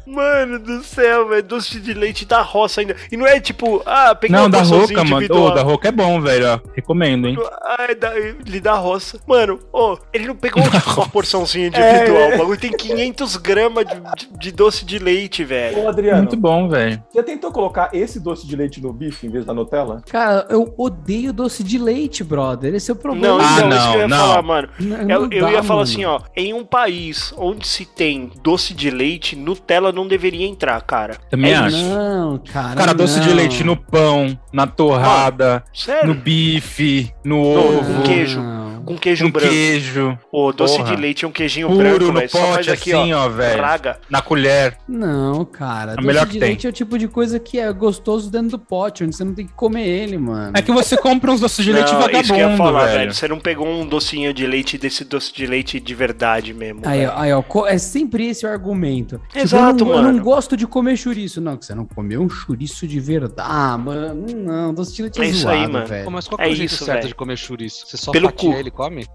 S4: Mano do céu, velho. Doce de leite da roça ainda. E não é tipo, ah, peguei
S3: Não,
S4: uma
S3: da
S4: porçãozinha
S3: Roca, mano. Ô,
S4: individual.
S3: da Roca é bom, velho. ó. Recomendo, hein?
S4: Ai, da, ele dá roça. Mano, ó, ele não pegou uma porçãozinha individual. O bagulho tem 500 gramas de, de- de doce de leite, velho.
S1: Ô, Adriano,
S3: Muito bom, velho.
S1: já tentou colocar esse doce de leite no bife em vez da Nutella?
S2: Cara, eu odeio doce de leite, brother. Esse é o problema.
S3: Ah,
S4: então,
S3: não,
S4: que eu ia
S3: não.
S4: falar, mano.
S2: N-
S4: Eu,
S2: não
S4: eu
S2: dá,
S4: ia falar
S2: mano.
S4: assim, ó, em um país onde se tem doce de leite, Nutella não deveria entrar, cara.
S3: Também
S4: É
S3: acho.
S2: Não, cara.
S3: Ah, Cara, doce de
S2: não.
S3: leite no pão, na torrada, no
S4: Sério?
S3: bife, no
S4: Não,
S3: ovo,
S4: com é. queijo.
S2: Não.
S4: Com queijo
S3: no
S4: branco.
S3: queijo,
S4: Ô, doce
S3: Porra.
S4: de leite é um queijinho branco,
S3: puro no
S4: velho. Só faz
S3: pote,
S4: aqui,
S3: assim,
S4: ó.
S3: ó, velho.
S4: Praga.
S3: Na colher.
S2: Não, cara. doce
S3: melhor
S2: de
S3: que tem.
S2: leite é o tipo de coisa que é gostoso dentro do pote, onde você não tem que comer ele, mano.
S3: É que você compra uns doces de leite
S4: Não,
S3: vagabundo,
S4: isso que eu ia falar, velho.
S3: velho.
S4: Você não pegou um docinho de leite desse doce de leite de verdade mesmo.
S2: Aí,
S4: velho.
S2: ó, aí, ó, co- é sempre esse o argumento. Tipo,
S4: Exato,
S2: eu não, eu
S4: mano.
S2: não gosto de comer chouriço. Não, que você não comeu um chouriço de verdade. Ah, mano, não, doce de leite é,
S4: É isso
S2: zoado,
S4: aí, mano.
S2: velho.
S5: Pô, mas qual que
S4: É
S5: é, o jeito
S4: isso,
S5: certo
S4: velho.
S5: de comer chouriço? Você só
S4: Pelo
S5: fatia
S4: cu.
S5: ele e come?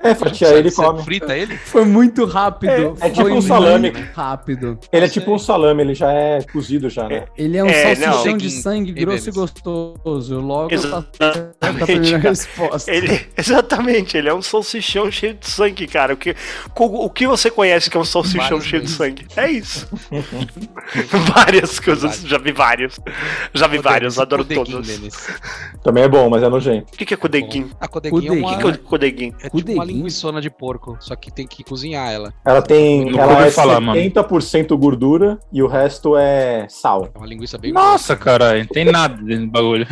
S1: É, fatia ele e
S5: Você
S1: come.
S5: frita ele?
S2: Foi muito rápido.
S1: é tipo
S2: foi
S1: um salame.
S2: muito rápido.
S1: Ele é tipo um salame, ele já é cozido já, né?
S2: Ele é um
S4: É,
S2: salsichão
S5: não.
S2: de sangue
S5: Ei,
S2: grosso e
S5: Denis.
S2: gostoso. Logo tá certa a
S4: Exatamente,
S2: primeira
S4: cara.
S2: resposta.
S4: Ele, *laughs* exatamente, ele é um salsichão cheio de sangue, cara. O que, co- o que você conhece que é um salsichão
S5: Várias
S4: cheio
S5: vezes.
S4: de sangue? É isso. *laughs* *laughs* várias coisas, já vi vários. Já vi vários, adoro
S5: Codeguin,
S4: todos. O
S5: Denis.
S1: Também é bom, mas é nojento.
S4: que, que é codeguin?
S2: Tá
S5: A codeguinha é
S2: Codeguin.
S5: uma,
S4: O que, que é codeguin?
S5: é tipo uma
S2: Codeguin?
S5: linguiçona de porco, só que tem que cozinhar ela.
S1: Ela tem.
S3: Nunca
S1: ela
S3: ouvi
S1: é
S3: falar, mano.
S1: 70% gordura e o resto é sal.
S5: É uma linguiça bem
S3: Nossa, caralho, tem nada dentro do bagulho.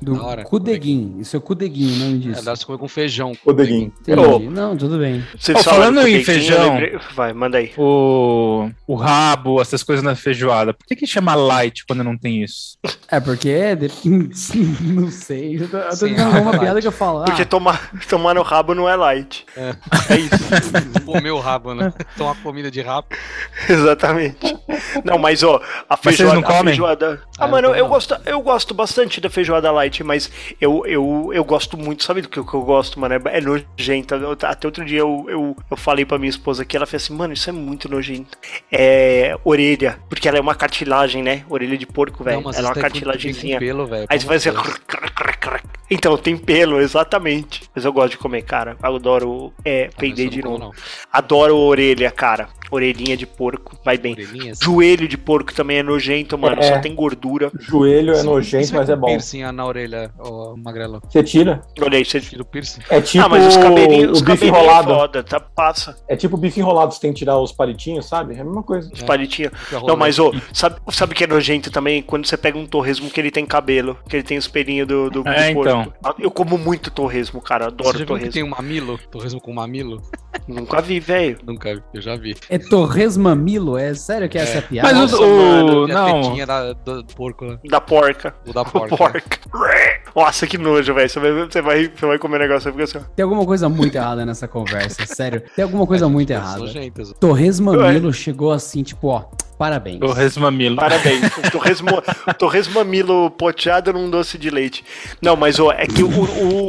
S2: Do
S5: da hora.
S2: Kudeguin. Isso é Kudeguin, o nome
S5: grossa. É,
S2: disso.
S5: dá pra você comer com feijão. É
S1: Codeguin.
S2: Entendi. Não, tudo bem.
S4: Vocês
S3: Ó,
S4: falaram
S3: falando em
S4: codeguin, eu
S3: feijão-
S4: lembrei- Vai, manda aí.
S3: O, o rabo, essas coisas na feijoada. Por que, que chama light quando não tem isso?
S2: É porque é. de- *laughs* não sei. Eu tô, eu tô
S5: Sim,
S2: tentando
S5: é
S2: arrumar uma
S5: verdade.
S2: piada que eu falo. ah,
S4: Porque tomar, *laughs* tomar no rabo não é light. é isso.
S5: Comer o rabo, né? Tomar comida de rabo.
S4: *laughs* Exatamente. Não, mas ó, a
S3: Mas vocês
S4: feijoada.
S3: não comem?
S4: A feijoada... Ah,
S5: Ah, eu
S4: mano,
S5: como
S4: eu
S5: não.
S4: gosto, eu gosto bastante da feijoada light, mas eu, eu, eu gosto muito, sabe do que, eu- que eu gosto, mano? É, é nojenta. Eu- Até outro dia eu, eu, eu falei pra minha esposa que ela fez assim, mano, isso é muito nojento. É orelha, porque ela é uma cartilagem, né? Orelha de porco, velho. Ela é uma
S5: isso daí tudo vem com
S4: cartilagemzinha.
S5: pelo, né? velho.
S4: Aí você
S5: pelo
S4: vai assim.
S5: amor de
S4: crac, crac, crac, crac. Então, tem pelo, exatamente. Mas eu gosto de comer, cara. Eu adoro. É,
S5: Deus. Ah,
S4: peidei
S5: mas eu
S4: de
S5: não como,
S4: novo.
S5: não.
S4: Adoro orelha, cara. Orelhinha de porco, vai bem.
S5: Orelhinhas.
S4: Joelho de porco também é nojento, mano.
S1: É.
S4: Só tem gordura.
S1: Joelho é
S5: Sim,
S1: nojento,
S5: você
S1: mas
S5: vai
S1: é
S5: com
S1: bom.
S5: Piercing na orelha, ô magrelo.
S1: Você tira.
S4: Olha aí, você.
S5: Tira o piercing.
S1: É tipo
S4: ah, mas os cabelinhos, os
S1: o bife
S4: cabelinhos é
S1: enrolado.
S4: foda, tá? Passa,
S1: É tipo o bife enrolado, você tem que tirar os palitinhos, sabe? É a mesma coisa.
S4: os
S5: É.
S4: palitinhos.
S5: fica
S4: Não,
S5: rolando.
S4: mas ô, sabe o que é nojento também? Quando você pega um torresmo que ele tem cabelo, que ele tem os pelinhos do, do, do
S3: É, então.
S4: porco. Eu como muito torresmo, cara.
S5: Você
S4: Adoro
S5: já viu que
S4: torresmo.
S5: tem um mamilo? Torresmo com mamilo?
S4: Nunca vi, velho.
S5: Nunca, vi, eu já vi.
S2: É Torresmamilo? É sério que essa é a piada?
S3: Mas
S4: nossa,
S3: o. o-
S5: Mano, tem A
S3: não.
S5: tetinha da, do porco, né?
S4: Da porca.
S5: Ou
S4: *laughs*
S5: da
S4: Porca.
S5: porca.
S4: porca. Nossa, que nojo, velho. Você vai, você, vai, você vai comer negócio e fica assim. ó.
S2: Tem alguma coisa muito errada nessa conversa, sério. Tem alguma
S3: É,
S2: coisa muito
S5: Coisas
S2: errada.
S5: nojentas.
S2: Torresmamilo chegou assim, tipo, ó, parabéns.
S3: O resmamilo.
S4: Parabéns. *laughs* Torresmo, torresmamilo poteado num doce de leite. Não, mas ó, é que o, o,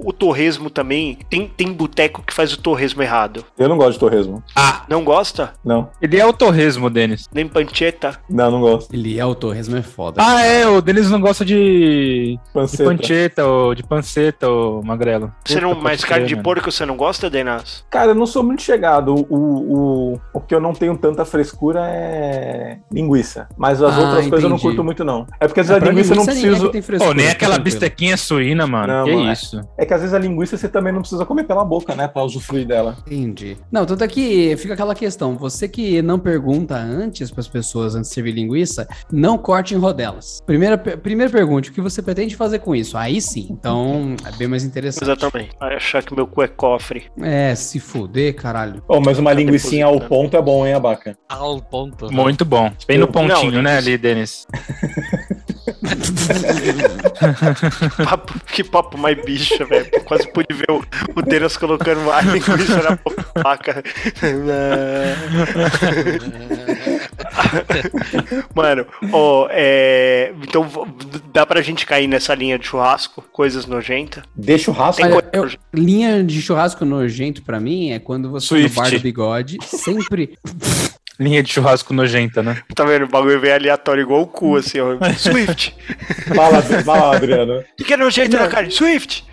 S4: o, o torresmo também. Tem, tem boteco que faz o torresmo errado.
S1: Eu não gosto de torresmo.
S4: Não gosta?
S1: Não.
S3: Ah, Ele é o torresmo, Denis.
S4: Nem pancheta?
S1: Não, não gosto.
S2: Ele é o Torresmo, é foda.
S3: Ah, é, o Denis não gosta de, de
S1: Panceta.
S3: pancheta, ou de panceta, ô magrelo.
S4: Você não,
S3: Puta,
S4: mas
S3: pode
S4: carne
S3: crer,
S4: de
S3: mano.
S4: porco você não gosta, Denas?
S1: Cara, eu não sou muito chegado. O, o, o, o que eu não tenho tanta frescura é linguiça. Mas as
S2: Ah,
S1: outras coisas eu não
S2: entendi.
S1: curto muito, não. É porque às
S2: Ah,
S1: vezes a
S2: pra
S1: linguiça eu não
S2: linguiça nem é
S1: preciso.
S2: que tem
S3: Pô,
S2: frescura,
S3: nem
S2: tá
S3: aquela
S2: tranquilo.
S3: bistequinha suína, mano.
S1: Não,
S3: que
S1: mano, é.
S3: isso?
S1: É que às vezes a linguiça você também não precisa comer pela boca, né? Pra usufruir dela.
S2: Entendi. Não, tanto é que fica aquela questão. Você que não pergunta antes pras pessoas antes de servir linguiça, não corte em rodelas. Primeira, per- primeira pergunta, o que você pretende fazer com isso? Aí sim. Então, é bem mais interessante.
S4: Exatamente. Vai achar que meu cu é cofre.
S2: É, se fuder, caralho.
S1: Oh, mas uma linguiça ao
S4: depositando.
S1: ponto é bom, hein, Abaca?
S5: Ao ponto. né?
S3: Muito bom. Bem no pontinho,
S4: Não,
S3: né, ali, Denis?
S4: Papo- que papo mais bicha, velho. Quase pude ver o, o Denas colocando *laughs*
S3: *laughs*
S5: É,
S4: a linguiça na boca. Mano, ó, é, então v- dá pra gente cair nessa linha de churrasco, coisas nojentas.
S1: Deixa o rasgo.
S4: Tem
S2: Olha,
S4: coisa
S2: eu-
S4: nojenta.
S2: linha de churrasco nojento pra mim é quando você
S3: Swift.
S2: no bar do bigode sempre.
S3: Linha de churrasco nojenta, né?
S4: Tá vendo? O bagulho veio aleatório igual o cu,
S2: *laughs*
S4: assim, ó. Swift.
S1: Fala, fala, *laughs* Adriano.
S4: O que que é nojento na carne? Swift.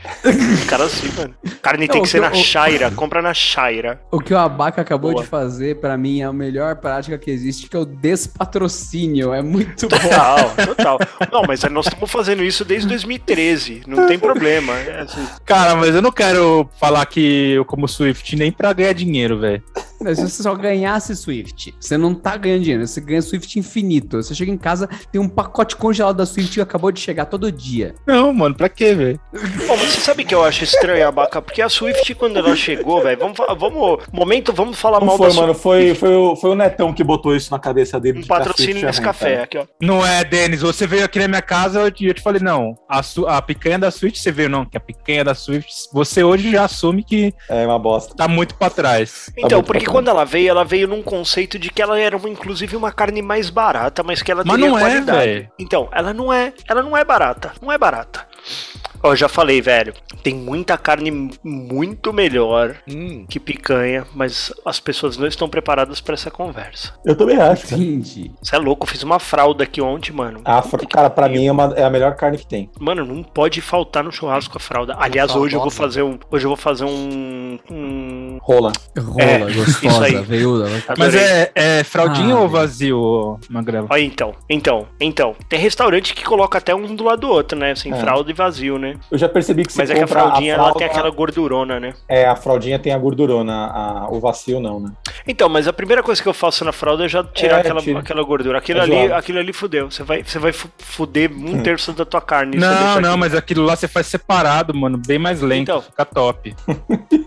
S4: Cara assim, mano. Carne tem
S2: Então- Não,
S4: que ser na
S2: o-
S4: Shaira. Compra na Shaira.
S2: o que o Abaca acabou
S4: Boa.
S2: de fazer, pra mim, é a melhor prática que existe, que é o despatrocínio. É muito bom. *laughs*
S4: Total, total. Não, mas nós estamos fazendo isso desde 2013. Não tem problema. É assim,
S3: Cara, mas eu não quero falar que eu como Swift nem pra ganhar dinheiro, velho.
S2: Mas Se você só ganhasse Swift, você não tá ganhando dinheiro, você ganha Swift infinito. Você chega em casa, tem um pacote congelado da Swift que acabou de chegar todo dia.
S3: Não, mano, pra quê, velho?
S4: Bom, mas você sabe que eu acho estranho, Abaca? Porque a Swift, quando ela chegou, velho, vamos, fa- vamos. Momento, vamos falar
S1: Não
S4: mal
S1: foi,
S4: da
S1: mano. Foi, foi, o, foi o Netão que botou isso na cabeça dele.
S4: Um
S1: de é que a
S4: patrocínio
S1: Swift ia
S4: nesse café
S2: né?
S1: arrancar.
S4: aqui, ó.
S3: Não é, Denis, você veio aqui na minha casa e eu te, eu te falei, não, a, su- a picanha da Swift, você veio, não, que a picanha da Swift, você hoje já assume que
S1: É uma bosta.
S3: tá muito pra trás.
S4: Então,
S1: bom,
S4: porque
S1: tá bom.
S4: quando ela veio, ela veio num conceito de que ela era uma- inclusive uma carne mais barata, mas que ela
S3: Mas
S4: teria
S3: não é,
S4: qualidade.
S3: velho.
S4: então, ela não é, ela não é barata, não é barata. Ó, já falei, velho, tem muita carne muito melhor
S5: Hum,
S4: que picanha, mas as pessoas não estão preparadas pra essa conversa.
S1: Eu também acho. cara.
S2: Entendi.
S4: Você é louco, eu fiz uma fralda aqui ontem, mano.
S1: A fra- Cara, pra mim é, uma- é a melhor carne que tem.
S4: Mano, não pode faltar no churrasco a fralda. Aliás, hoje eu vou fazer um, hoje eu vou fazer um, um...
S1: Rola.
S2: Rola,
S4: É, isso aí.
S2: gostosa, veiuda.
S3: Mas
S4: Adorei.
S3: é, é fraldinha
S2: Ah, velho.
S3: ou vazio, ô, Magrela?
S4: Olha, então, então, então. Tem restaurante que coloca até um do lado do outro, né? Sem
S1: É.
S4: fralda e vazio, né?
S1: Eu já percebi que você
S4: Mas é que a
S1: compra
S4: fraldinha, ela tem
S1: fralda-
S4: aquela gordurona, né?
S1: É, a fraldinha tem a gordurona, a- o vacilo não, né?
S4: Então, mas a primeira coisa que eu faço na fralda é já tirar
S1: É,
S4: aquela,
S1: tira.
S4: aquela gordura. Aquilo,
S1: É Hum.
S4: ali,
S1: zoado.
S4: aquilo ali fudeu. Você vai, você vai fu- fuder um terço da tua carne. se você
S3: Não,
S4: deixar
S3: não,
S4: aqui.
S3: mas aquilo lá você faz separado, mano, bem mais lento,
S4: Então.
S3: fica top.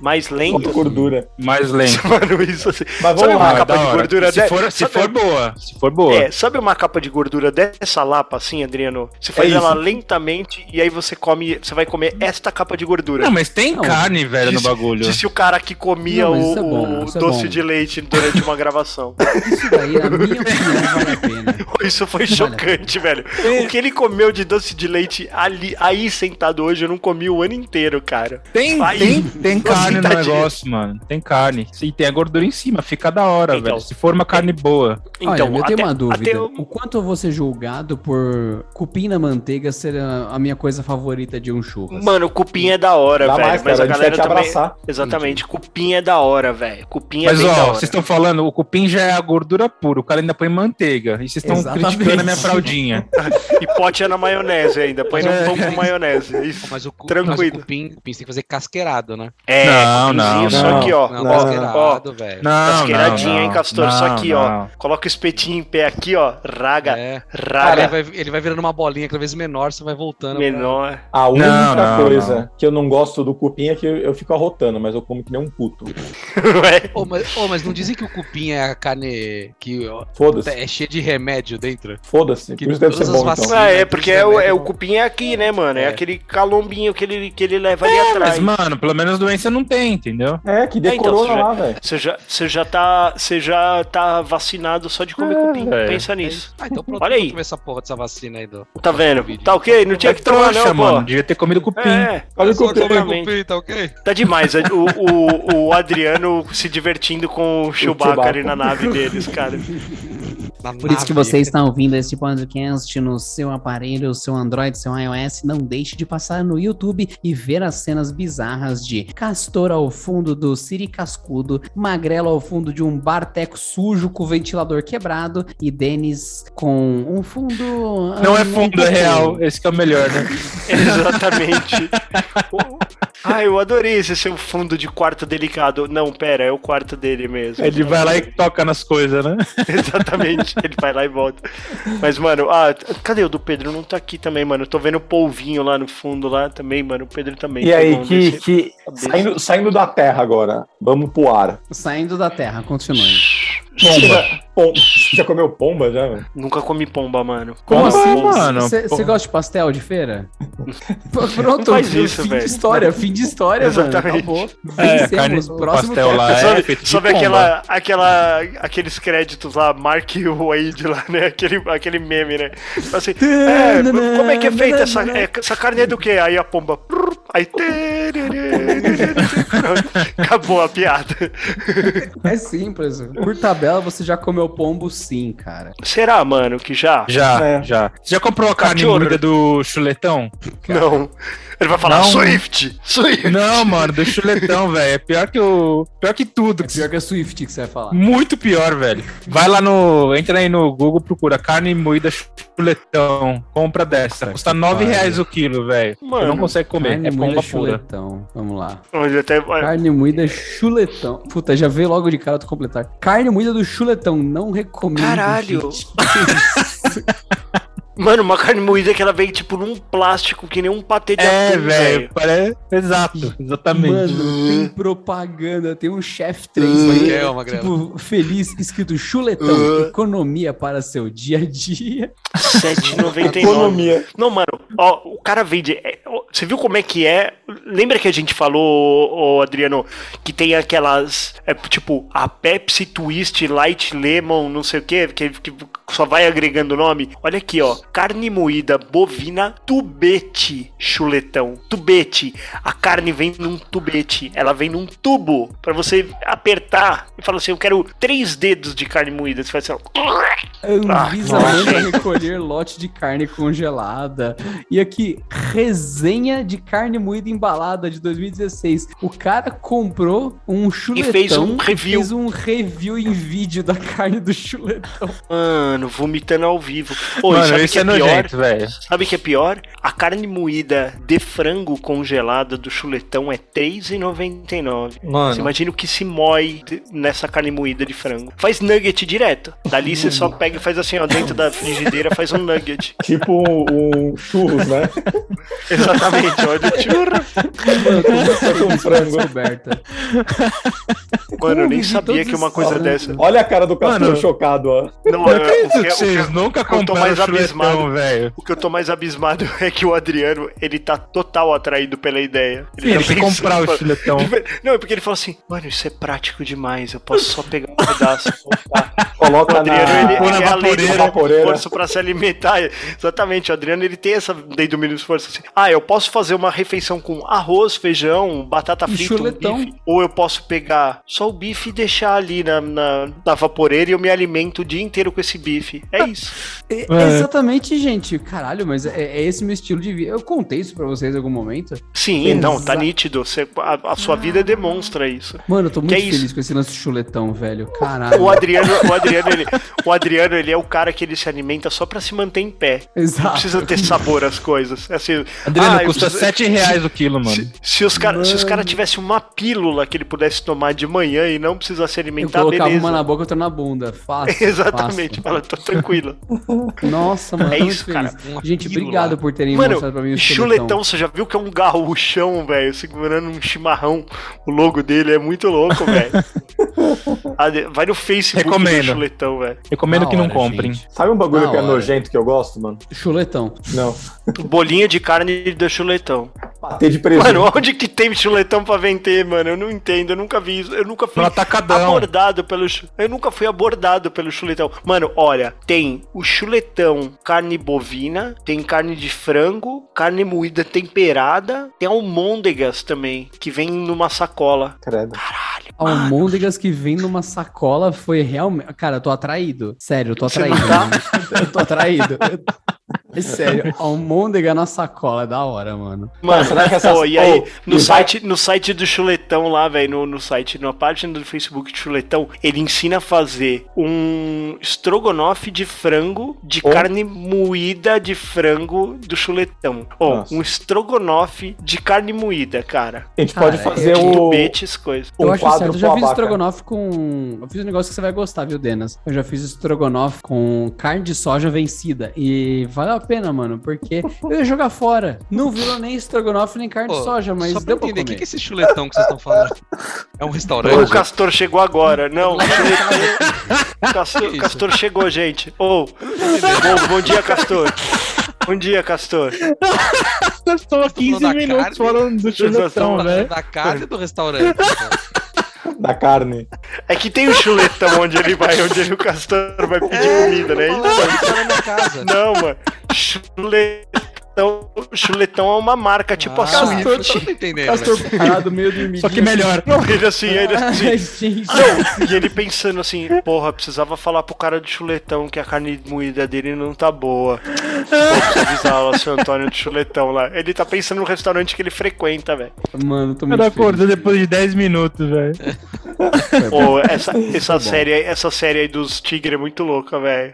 S4: Mais
S1: Só
S4: lento.
S1: gordura.
S3: Mais lento.
S4: Mano, isso assim.
S1: Mas
S4: *laughs* Sabe
S1: vamos
S4: uma
S1: lá.
S4: capa
S3: da
S4: de
S3: hora.
S4: gordura
S3: se
S4: dessa?
S3: for, se
S4: Sabe- um-
S3: for boa, se for boa.
S4: É, sabe uma capa de gordura dessa lapa, assim, Adriano? Você faz
S1: É isso.
S4: ela lentamente e aí você come. Você vai comer esta capa de gordura.
S3: Não, mas tem
S2: Não.
S3: carne, velho,
S4: Disse-
S3: no bagulho.
S4: Disse o cara que comia
S2: Não, mas
S4: o,
S2: isso é bom,
S4: o
S2: isso é
S4: doce
S2: bom.
S4: de leite durante uma gravação.
S2: Isso daí, na minha opinião, vale a pena.
S4: *laughs* Isso foi chocante, velho. O que ele comeu de doce de leite ali, aí sentado hoje, eu não comi o ano inteiro, cara.
S3: Tem,
S4: Aí,
S3: tem, tem
S4: duas
S3: carne no
S4: pitadinhas.
S3: negócio, mano. Tem carne. E tem a gordura em cima, fica da hora,
S4: Então.
S3: velho. Se for uma carne boa.
S4: Então,
S2: Olha, eu tenho
S4: até-
S2: uma dúvida.
S4: até eu-
S2: O quanto eu vou ser julgado por cupim na manteiga ser a, a minha coisa favorita de um churras?
S4: Mano, cupim é da hora,
S1: Dá
S4: velho.
S1: mais,
S4: mas
S1: cara. A
S4: a
S1: gente vai
S4: galera
S1: te
S4: também.
S1: abraçar.
S4: Exatamente, cupim é da hora, velho. Cupim
S3: Mas
S4: é bem da
S3: ó,
S4: hora.
S3: vocês estão falando, o cupim já é a gordura pura, o cara ainda põe manteiga. E vocês estão
S2: Exatamente.
S3: criticando a minha
S4: *laughs*
S3: fraldinha.
S4: E pote é na maionese ainda. Põe no
S3: É.
S4: pão com maionese. é Isso.
S5: mas o, cu-
S4: Tranquilo.
S5: mas o cupim, o cupim você tem que fazer casqueirado, né?
S4: É,
S3: Não,
S4: cupinzinho,
S3: não,
S4: só
S1: não.
S4: que, ó.
S5: Não,
S1: não,
S4: ó, ó,
S5: casqueirado, velho.
S3: Não,
S4: Casqueiradinha,
S3: não,
S4: Tá hein, Castor?
S3: não,
S4: Só aqui, ó.
S3: não.
S4: Coloca o espetinho em pé aqui, ó. Raga,
S5: É. Cara, ele
S4: raga.
S5: vai, ele vai virando uma bolinha cada vez menor, você vai
S1: é
S5: voltando. pra-
S4: menor.
S1: A única
S3: não,
S1: coisa que eu não gosto do cupim é que eu, eu fico arrotando, mas eu como que nem um puto.
S4: *laughs* Ué.
S5: Ô, mas, ô, mas não dizem que o cupim é a carne que ó,
S1: Foda-se,
S5: é cheia de remédio dentro?
S1: foda-se.
S5: Que
S1: Por isso deve ser
S5: todas
S1: bom,
S5: as
S1: então.
S5: vacinas-
S4: Ah, é, porque é o, é o
S5: Né?
S4: cupim é aqui, né, mano? É,
S5: É.
S4: aquele calombinho que ele, que ele leva ali
S3: É, Mas,
S4: atrás.
S3: mano, pelo menos doença não tem, entendeu?
S1: É, que
S4: É, então,
S1: decorou
S4: você já-
S1: lá, velho.
S4: Você já, você, já tá, você já tá vacinado só de comer
S3: É,
S4: cupim.
S3: velho.
S4: Pensa nisso.
S5: Ah, então pronto,
S4: Olha aí.
S5: vamos essa porra dessa vacina aí, do.
S4: Tá vendo? Tá ok? Não tinha
S3: É
S4: que tomar, não, pô.
S3: Devia ter comido cupim.
S4: É,
S1: Olha o
S5: Só
S1: cupim.
S5: come
S4: exatamente.
S5: cupim, tá ok?
S4: tá demais. O, o, o Adriano se divertindo com o Chewbacca,
S1: Chewbacca.
S4: ali na nave deles, cara. *laughs*
S5: Na
S2: Por isso que
S5: nave.
S2: você está ouvindo este podcast no seu aparelho, seu Android, seu iOS. Não deixe de passar no YouTube e ver as cenas bizarras de Castor ao fundo do Siri Cascudo, Magrelo ao fundo de um barteco sujo com o ventilador quebrado e Denis com um fundo.
S3: Não
S2: ah,
S3: é
S2: um
S3: fundo,
S2: pouco-
S3: é
S2: *laughs*
S3: real. Esse que é o melhor, né?
S4: Exatamente. O- Ah, eu adorei esse seu fundo de quarto delicado. Não, pera, é o quarto dele
S3: *laughs*
S4: mesmo.
S3: Ele vai lá e toca nas coisas, né?
S4: *laughs* Exatamente, ele vai lá e volta. Mas, mano, ah, t- cadê o do Pedro? Não tá aqui também, mano. Eu tô vendo o polvinho lá no fundo lá também, mano. O Pedro também.
S1: E
S4: Tá
S1: aí,
S4: bom,
S1: que,
S4: deixa-
S1: que-
S4: deixa.
S1: saindo, saindo da terra agora, vamos pro ar.
S2: Saindo da terra, continue.
S1: Pomba. *laughs* Pom- Já comeu pomba já? velho?
S4: Nunca comi pomba, mano.
S3: Como
S1: Nossa,
S3: assim,
S1: nossa,
S3: mano?
S2: Você
S3: Pô,
S2: gosta de pastel de
S4: *laughs*
S2: feira? P- Pronto,
S4: Não faz isso,
S2: fim
S4: velho.
S2: de história, fim de história,
S4: Exatamente.
S2: mano. Acabou.
S3: É,
S2: Vencemos,
S3: carne-
S2: próximo
S3: pastel lá. Ah, é?
S4: sabe
S3: Feito de
S4: sabe
S3: pomba.
S4: aquela, aquela, aqueles créditos lá, Mark Wade lá, né? Aquele, aquele meme, né? Assim, é, como é que é feita essa, é, essa carne é do quê? Aí a pomba. prrr, Aí. Acabou a piada.
S2: É simples. Por tabela, você já comeu pombo sim, cara.
S4: Será, mano, que já?
S3: Já,
S1: É.
S3: já. Você já comprou a carne
S4: Cachorro.
S3: moída do *laughs* chuletão?
S4: Não. Ele vai falar
S3: Não.
S4: Swift! Swift!
S3: Não, mano, do chuletão, velho. É pior que o. Pior que tudo.
S2: É pior que a Swift que você vai falar.
S3: Muito pior, velho. Vai lá no. Entra aí no Google, procura carne moída chuletão. Compra dessa. Custa 9
S2: pariu.
S3: reais o quilo, velho. Você
S4: Mano,
S3: não consegue comer.
S2: Carne
S3: é
S2: moída
S3: pomba pura.
S2: chuletão. Vamos lá.
S4: Olha, até-
S2: Carne moída é chuletão. Puta, já veio logo de cara tu completar. Carne moída do chuletão, não recomendo.
S4: Caralho.
S2: gente. *laughs*
S4: Mano, uma carne moída que ela vem tipo num plástico que nem um patê de
S3: É,
S4: atum,
S3: velho. Parece... Exato, exatamente.
S2: Mano, é. tem propaganda, tem um chefe 3
S5: Magrelo, Magrelo.
S2: Tipo, feliz, escrito chuletão, economia para seu dia a dia.
S4: 7,99.
S1: Economia.
S4: Não, mano, ó, o cara vende. é, ó, você viu como é que é? Lembra que a gente falou, ô, ô, Adriano, que tem aquelas. É, tipo, a Pepsi Twist Light Lemon, não sei o quê, que, que só vai agregando nome. Olha aqui, ó. Carne moída bovina tubete chuletão. Tubete. A carne vem num tubete. Ela vem num tubo pra você apertar e falar assim: eu quero três dedos de carne moída. Você faz assim, ó.
S2: Anvisa
S4: Ah,
S2: manda recolher lote de carne congelada. E aqui, resenha de carne moída embalada de 2016. O cara comprou um chuletão
S4: fez um review.
S2: fez um review em vídeo da carne do chuletão.
S4: Mano, vomitando ao vivo. Ô, e
S3: Mano,
S4: sabe o
S3: isso
S4: que
S3: é
S4: é pior?
S3: nojento, velho.
S4: Sabe o que é pior? A carne moída de frango congelada do chuletão é R$ 3,99. Você
S3: Mano.
S4: imagina o que se mói de- nessa carne moída de frango. Faz nugget direto. Dali você só pega e faz assim, ó, dentro da frigideira, faz
S3: *laughs*
S4: um nugget.
S1: Tipo um, um churros, né?
S4: Exatamente, olha. Tipo,
S2: *laughs* Mano,
S1: Com um frango.
S2: *laughs* descoberta.
S4: mano, eu nem
S2: vi
S4: sabia
S2: todos
S4: que uma coisa
S2: esses-
S4: dessa.
S1: Olha a cara do Castro
S3: Mano.
S1: chocado, ó.
S4: Não,
S3: Por
S4: eu,
S3: que isso
S4: o,
S3: que
S4: que, o,
S3: vocês
S4: que,
S3: nunca
S4: eu tô
S3: compraram
S4: mais
S3: chuletão,
S4: abismado.
S3: velho?
S4: o que eu tô mais abismado *laughs* é que o Adriano, ele tá total atraído pela ideia.
S3: Ele
S4: tá
S3: tem que
S4: pensando,
S3: comprar o
S4: mano, *laughs*
S3: chuletão.
S4: Não, é porque ele falou assim, mano, isso é prático demais, eu posso só pegar um pedaço.
S1: Coloca
S4: O Adriano,
S1: na...
S4: ele,
S3: Põe Ah, na
S4: ele é a lei do
S3: vaporeira.
S4: esforço pra se alimentar. Exatamente, o Adriano, ele tem essa lei do mínimo esforço. Assim, ah, eu posso fazer uma refeição com arroz, feijão, batata
S2: E
S4: frita, um
S2: chuletão.
S4: bife. Ou eu posso pegar só o bife e deixar ali na, na, na vaporeira e eu me alimento o dia inteiro com esse bife. É isso.
S2: É,
S3: É.
S2: Exatamente, gente. Caralho, mas é, é esse meu estilo de vida. Eu contei isso pra vocês em algum momento.
S4: Sim, não, tá nítido. Você- a, a sua
S3: Ah.
S4: vida demonstra isso.
S2: Mano, eu tô muito
S4: é
S2: feliz
S4: isso?
S2: com esse lance de chuletão, velho. Caralho.
S4: O Adriano, o Adriano, ele, o Adriano, ele é o cara que ele se alimenta só pra se manter em pé. Não
S2: Exato.
S4: precisa ter sabor às coisas. É Assim,
S3: Adriano,
S4: ah, eu
S3: custa
S4: preciso-
S3: 7 reais o quilo, mano.
S4: Se, se os caras se os cara tivessem uma pílula que ele pudesse tomar de manhã e não precisar se
S2: Eu
S4: alimentar,
S2: colocava
S4: beleza.
S2: uma
S4: *laughs*
S2: na boca e outra na bunda. Fácil.
S4: Exatamente,
S2: fácil.
S4: fala, tô
S2: *laughs*
S4: tranquilo.
S2: Nossa, mano.
S4: É
S2: tô
S4: isso,
S2: muito feliz.
S5: cara. Uma
S2: Gente,
S5: pílula.
S2: obrigado por terem
S4: Mano,
S2: mostrado pra mim o
S4: chuletão,
S2: chuletão.
S4: você já viu que é um garruchão, velho, segurando um chimarrão. O logo dele é muito louco, velho. Ah, de- Vai no Facebook
S3: Recomendo.
S4: do chuletão, velho.
S3: Recomendo
S2: Na
S3: que não
S2: hora,
S3: comprem.
S2: gente.
S1: Sabe um bagulho
S2: Da
S1: que é
S2: hora.
S1: nojento que eu gosto, mano?
S2: Chuletão.
S1: Não.
S4: Bolinha de carne do chuletão.
S1: Patê de presunto.
S4: Mano, onde que tem chuletão pra vender, mano? Eu não entendo, eu nunca vi isso. Eu nunca fui
S3: No atacadão.
S4: abordado pelo. chu- Eu nunca fui abordado pelo chuletão. Mano, olha, tem o chuletão carne bovina, tem carne de frango, carne moída temperada, tem almôndegas também, que vem numa sacola.
S1: Credo.
S2: Almôndegas que vem numa sacola foi realmente. Cara, eu tô atraído. Sério, eu tô
S4: Você não tá?
S2: atraído. mano. *laughs* Eu tô atraído. Eu- É sério, almôndega na sacola é da hora, mano.
S4: Mano,
S1: será que essas-
S4: pô, e aí,
S1: Ô,
S4: no,
S1: e vai-
S4: site, no site do Chuletão lá, velho, no, no site, na página do Facebook do Chuletão, ele ensina a fazer um estrogonofe de frango, de
S1: Oh.
S4: carne moída de frango do Chuletão. Ou
S1: Nossa.
S4: um estrogonofe de carne moída, cara.
S1: A gente
S2: Cara,
S1: pode fazer um-
S2: é
S4: De
S1: o,
S4: tubetes, coisa.
S2: eu
S1: um
S2: acho
S1: quadro
S2: certo. Eu já
S1: com
S2: fiz
S1: abaca.
S2: estrogonofe com. Eu fiz um negócio que você vai gostar, viu, Denas? Eu já fiz estrogonofe com carne de soja vencida. E valeu a pena, mano, porque eu ia jogar fora. Não virou nem estrogonofe, nem carne
S5: Pô,
S2: de soja, mas
S5: Só pra
S2: deu pra
S5: entender, o
S2: comer.
S5: que, que é esse chuletão que vocês estão falando? É um
S4: O
S5: restaurante?
S4: Castor chegou
S1: *laughs*
S4: agora. Não, o
S5: Que
S4: Castor,
S5: isso?
S4: Castor chegou, gente. Ou. bom, bom dia, Castor. Bom dia, Castor.
S8: Nós
S2: Tá
S8: estamos 15
S5: falando da
S8: minutos
S5: carne?
S8: falando do
S4: Sensação,
S8: chuletão,
S5: Da,
S8: velho.
S5: da carne ou do restaurante? então. cara?
S1: da carne.
S4: É que tem o chuletão onde ele vai, onde ele- o Castor vai pedir comida, né?
S5: É, Tô falando do restaurante da casa.
S4: Não, mano. Chuletão, chuletão é uma marca tipo a
S5: Ah,
S4: Swift.
S5: eu tô entendendo.
S8: Castor
S5: velho.
S8: parado, meio do Só que melhor.
S4: Não, ele assim, ele assim.
S8: Ai,
S2: *laughs*
S8: gente.
S4: Não, e ele pensando assim, porra, precisava falar pro cara do chuletão que a carne moída dele não tá boa. Pô, avisar lá seu Antônio do chuletão lá. Ele tá pensando no restaurante que ele frequenta, velho.
S5: Tá
S2: Mano, tô muito
S8: Ela acordou
S2: feliz.
S8: depois de 10 minutos, velho.
S4: Pô,
S5: Tá
S4: essa, essa, série, aí- essa série aí dos tigres é muito louca, velho.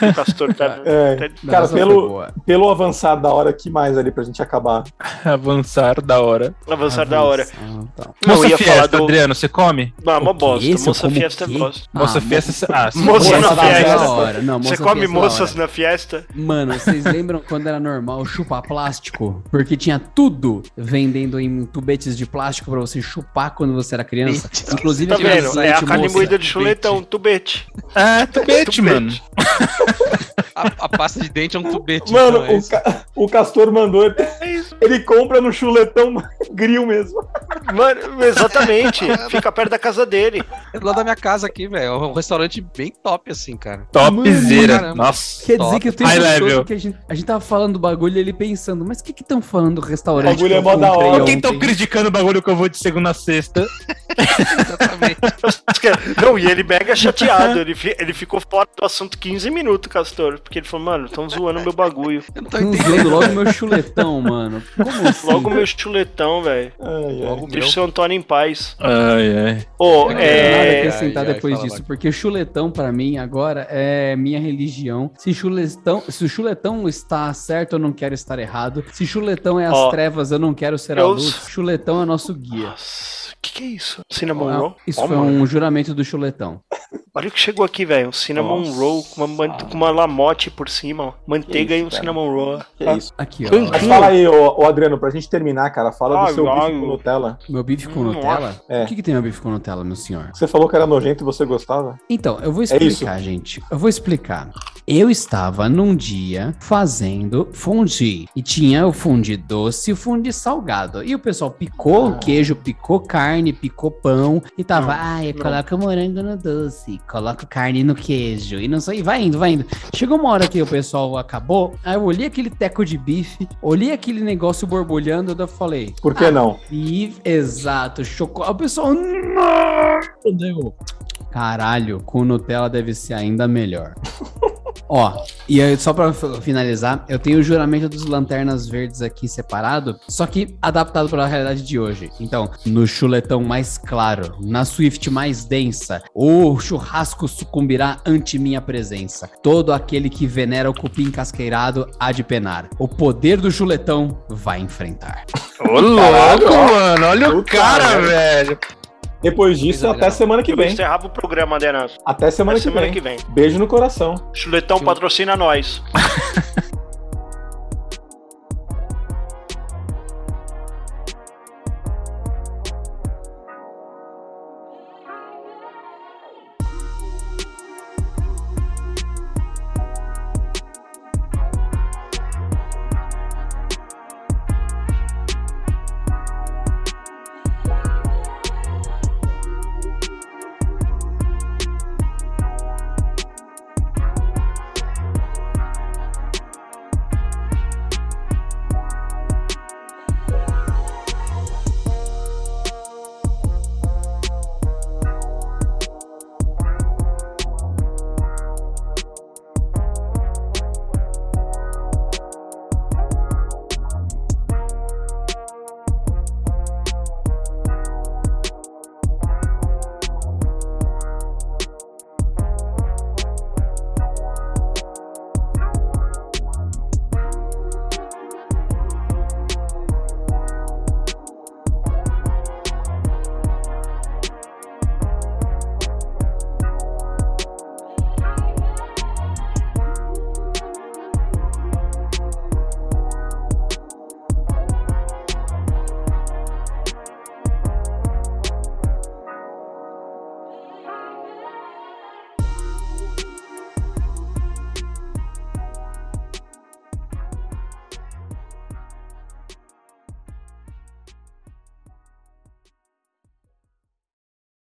S4: O Castor tá.
S1: É,
S2: Não,
S1: cara,
S2: essa foi
S1: pelo,
S2: boa.
S1: pelo avançar da hora, que mais ali pra gente acabar?
S8: Avançar da hora.
S4: Avançar da hora.
S2: Ah, tá.
S4: Não,
S3: Moça
S4: eu ia falar
S3: Fiesta,
S4: do.
S3: Adriano, você come?
S4: Não, é uma
S2: O quê?
S4: bosta.
S2: Esse eu
S4: Moça
S2: como o
S4: Fiesta é
S2: quê?
S4: bosta.
S3: Moça
S2: Ah,
S3: Fiesta. você- Ah, sim.
S4: Moça
S2: Moça
S4: na
S2: da
S4: Fiesta.
S2: hora. Não,
S4: Você
S2: moça
S4: come
S2: fiesta da
S4: moças
S2: hora.
S4: na fiesta?
S2: Mano, vocês lembram quando era normal chupar plástico? Porque tinha tudo vendendo em tubetes de plástico pra você chupar quando você era criança. Inclusive
S4: Tá
S2: aquele
S4: vendo? É a
S2: site,
S4: carne
S2: moça.
S4: moída de chuletão, tubete.
S3: Ah, tubete, mano.
S5: A, a pasta de dente é um
S1: *laughs*
S5: tubete.
S1: Mano,
S5: então é
S1: o,
S5: isso.
S1: Ca- o Castor mandou. ele-
S4: É
S1: Ele compra no chuletão *laughs* grill mesmo.
S2: *laughs*
S4: Mano, exatamente. Fica perto da casa dele.
S5: É do lado da minha casa aqui, velho. É um restaurante bem top, assim, cara.
S3: Topzera.
S5: caramba.
S3: Nossa.
S2: Quer dizer
S5: Top.
S2: que o tempo
S3: High level.
S2: todo que a gente, a gente tava falando do bagulho e ele pensando, mas o que que estão falando do restaurante?
S1: O bagulho
S2: que eu
S1: é mó da
S2: comprei
S1: hora.
S2: ontem?"
S3: Quem tá criticando o bagulho que eu vou de segunda a sexta?
S5: Exatamente.
S4: Não, e ele mega chateado. Ele, fi- ele ficou fora do assunto 15 minutos, Castor. Porque ele falou, mano, estão zoando meu bagulho.
S5: Eu não
S2: *laughs*
S5: tô
S2: Tão
S5: entendendo.
S2: zoando logo meu chuletão, mano. Como assim?
S4: Logo meu chuletão, velho.
S1: Ai, ai.
S5: Logo meu.
S4: Deixa o seu Antônio em paz.
S3: Ai, ai.
S4: Ô,
S5: É que
S2: nada a
S4: é.
S2: acrescentar
S5: Ai, ai,
S2: depois
S5: fala,
S2: disso,
S5: Max.
S2: porque chuletão pra mim agora é minha religião. Se chuletão, se o chuletão está certo, eu não quero estar errado. Se chuletão é as
S4: Ó,
S2: trevas, eu não quero ser a
S4: eu-
S2: luz. Chuletão é nosso guia.
S4: Nossa, que que é isso? Cinnamon
S2: Ah,
S4: Roll?
S2: Isso
S4: Ó,
S2: foi
S4: mano,
S2: um juramento do chuletão.
S4: Olha o que chegou aqui, velho. Um Cinnamon
S1: Nossa.
S4: Roll com uma, man- com uma lamote por cima. ó. Manteiga
S1: Que
S4: e um
S1: isso, cara.
S4: Cinnamon Roll.
S1: Que é isso.
S2: Aqui, ó.
S4: Hum.
S1: Mas fala aí, ô, ô, Adriano, pra gente terminar, cara, fala
S4: Ai,
S1: do seu
S4: ai,
S1: bife com
S4: eu-
S1: Nutella.
S2: Meu bife com
S4: Hum,
S2: Nutella?
S1: É.
S2: O que, que tem meu bife com Nutella, meu senhor?
S1: Você falou que era nojento e você gostava?
S2: Então, eu vou
S1: isso.
S2: explicar, gente. Eu vou explicar. Eu estava num dia fazendo fondue. E tinha o fondue doce e o fondue salgado. E o pessoal picou o queijo, picou carne, picou pão. E tava, ai, coloca o morango no doce, coloca carne no queijo. E não sei, e vai indo, vai indo. Chegou uma hora que o pessoal acabou. Aí eu olhei aquele teco de bife, olhei aquele negócio borbulhando. Daí eu falei,
S1: Por que não?
S2: e exato, chocolate. O pessoal. Não! Deu. Caralho, com Nutella deve ser ainda melhor. Ó, e aí, só pra f- finalizar, eu tenho o juramento dos lanternas verdes aqui separado, só que adaptado pra realidade de hoje. Então, no chuletão mais claro, na Swift mais densa, o churrasco sucumbirá ante minha presença. Todo aquele que venera o cupim casqueirado há de penar. O poder do chuletão vai enfrentar.
S3: Ô, louco,
S1: ó.
S3: mano. Olha o
S1: Puta
S3: cara,
S1: merda.
S3: velho.
S1: Depois
S2: é,
S1: disso,
S5: Coisa
S1: até
S5: legal.
S1: semana que
S4: Eu
S1: vem.
S4: encerrava o programa, Denato.
S1: Até semana,
S4: Até semana
S1: que
S4: que vem.
S1: vem. Beijo no coração.
S4: Chuletão patrocina nós.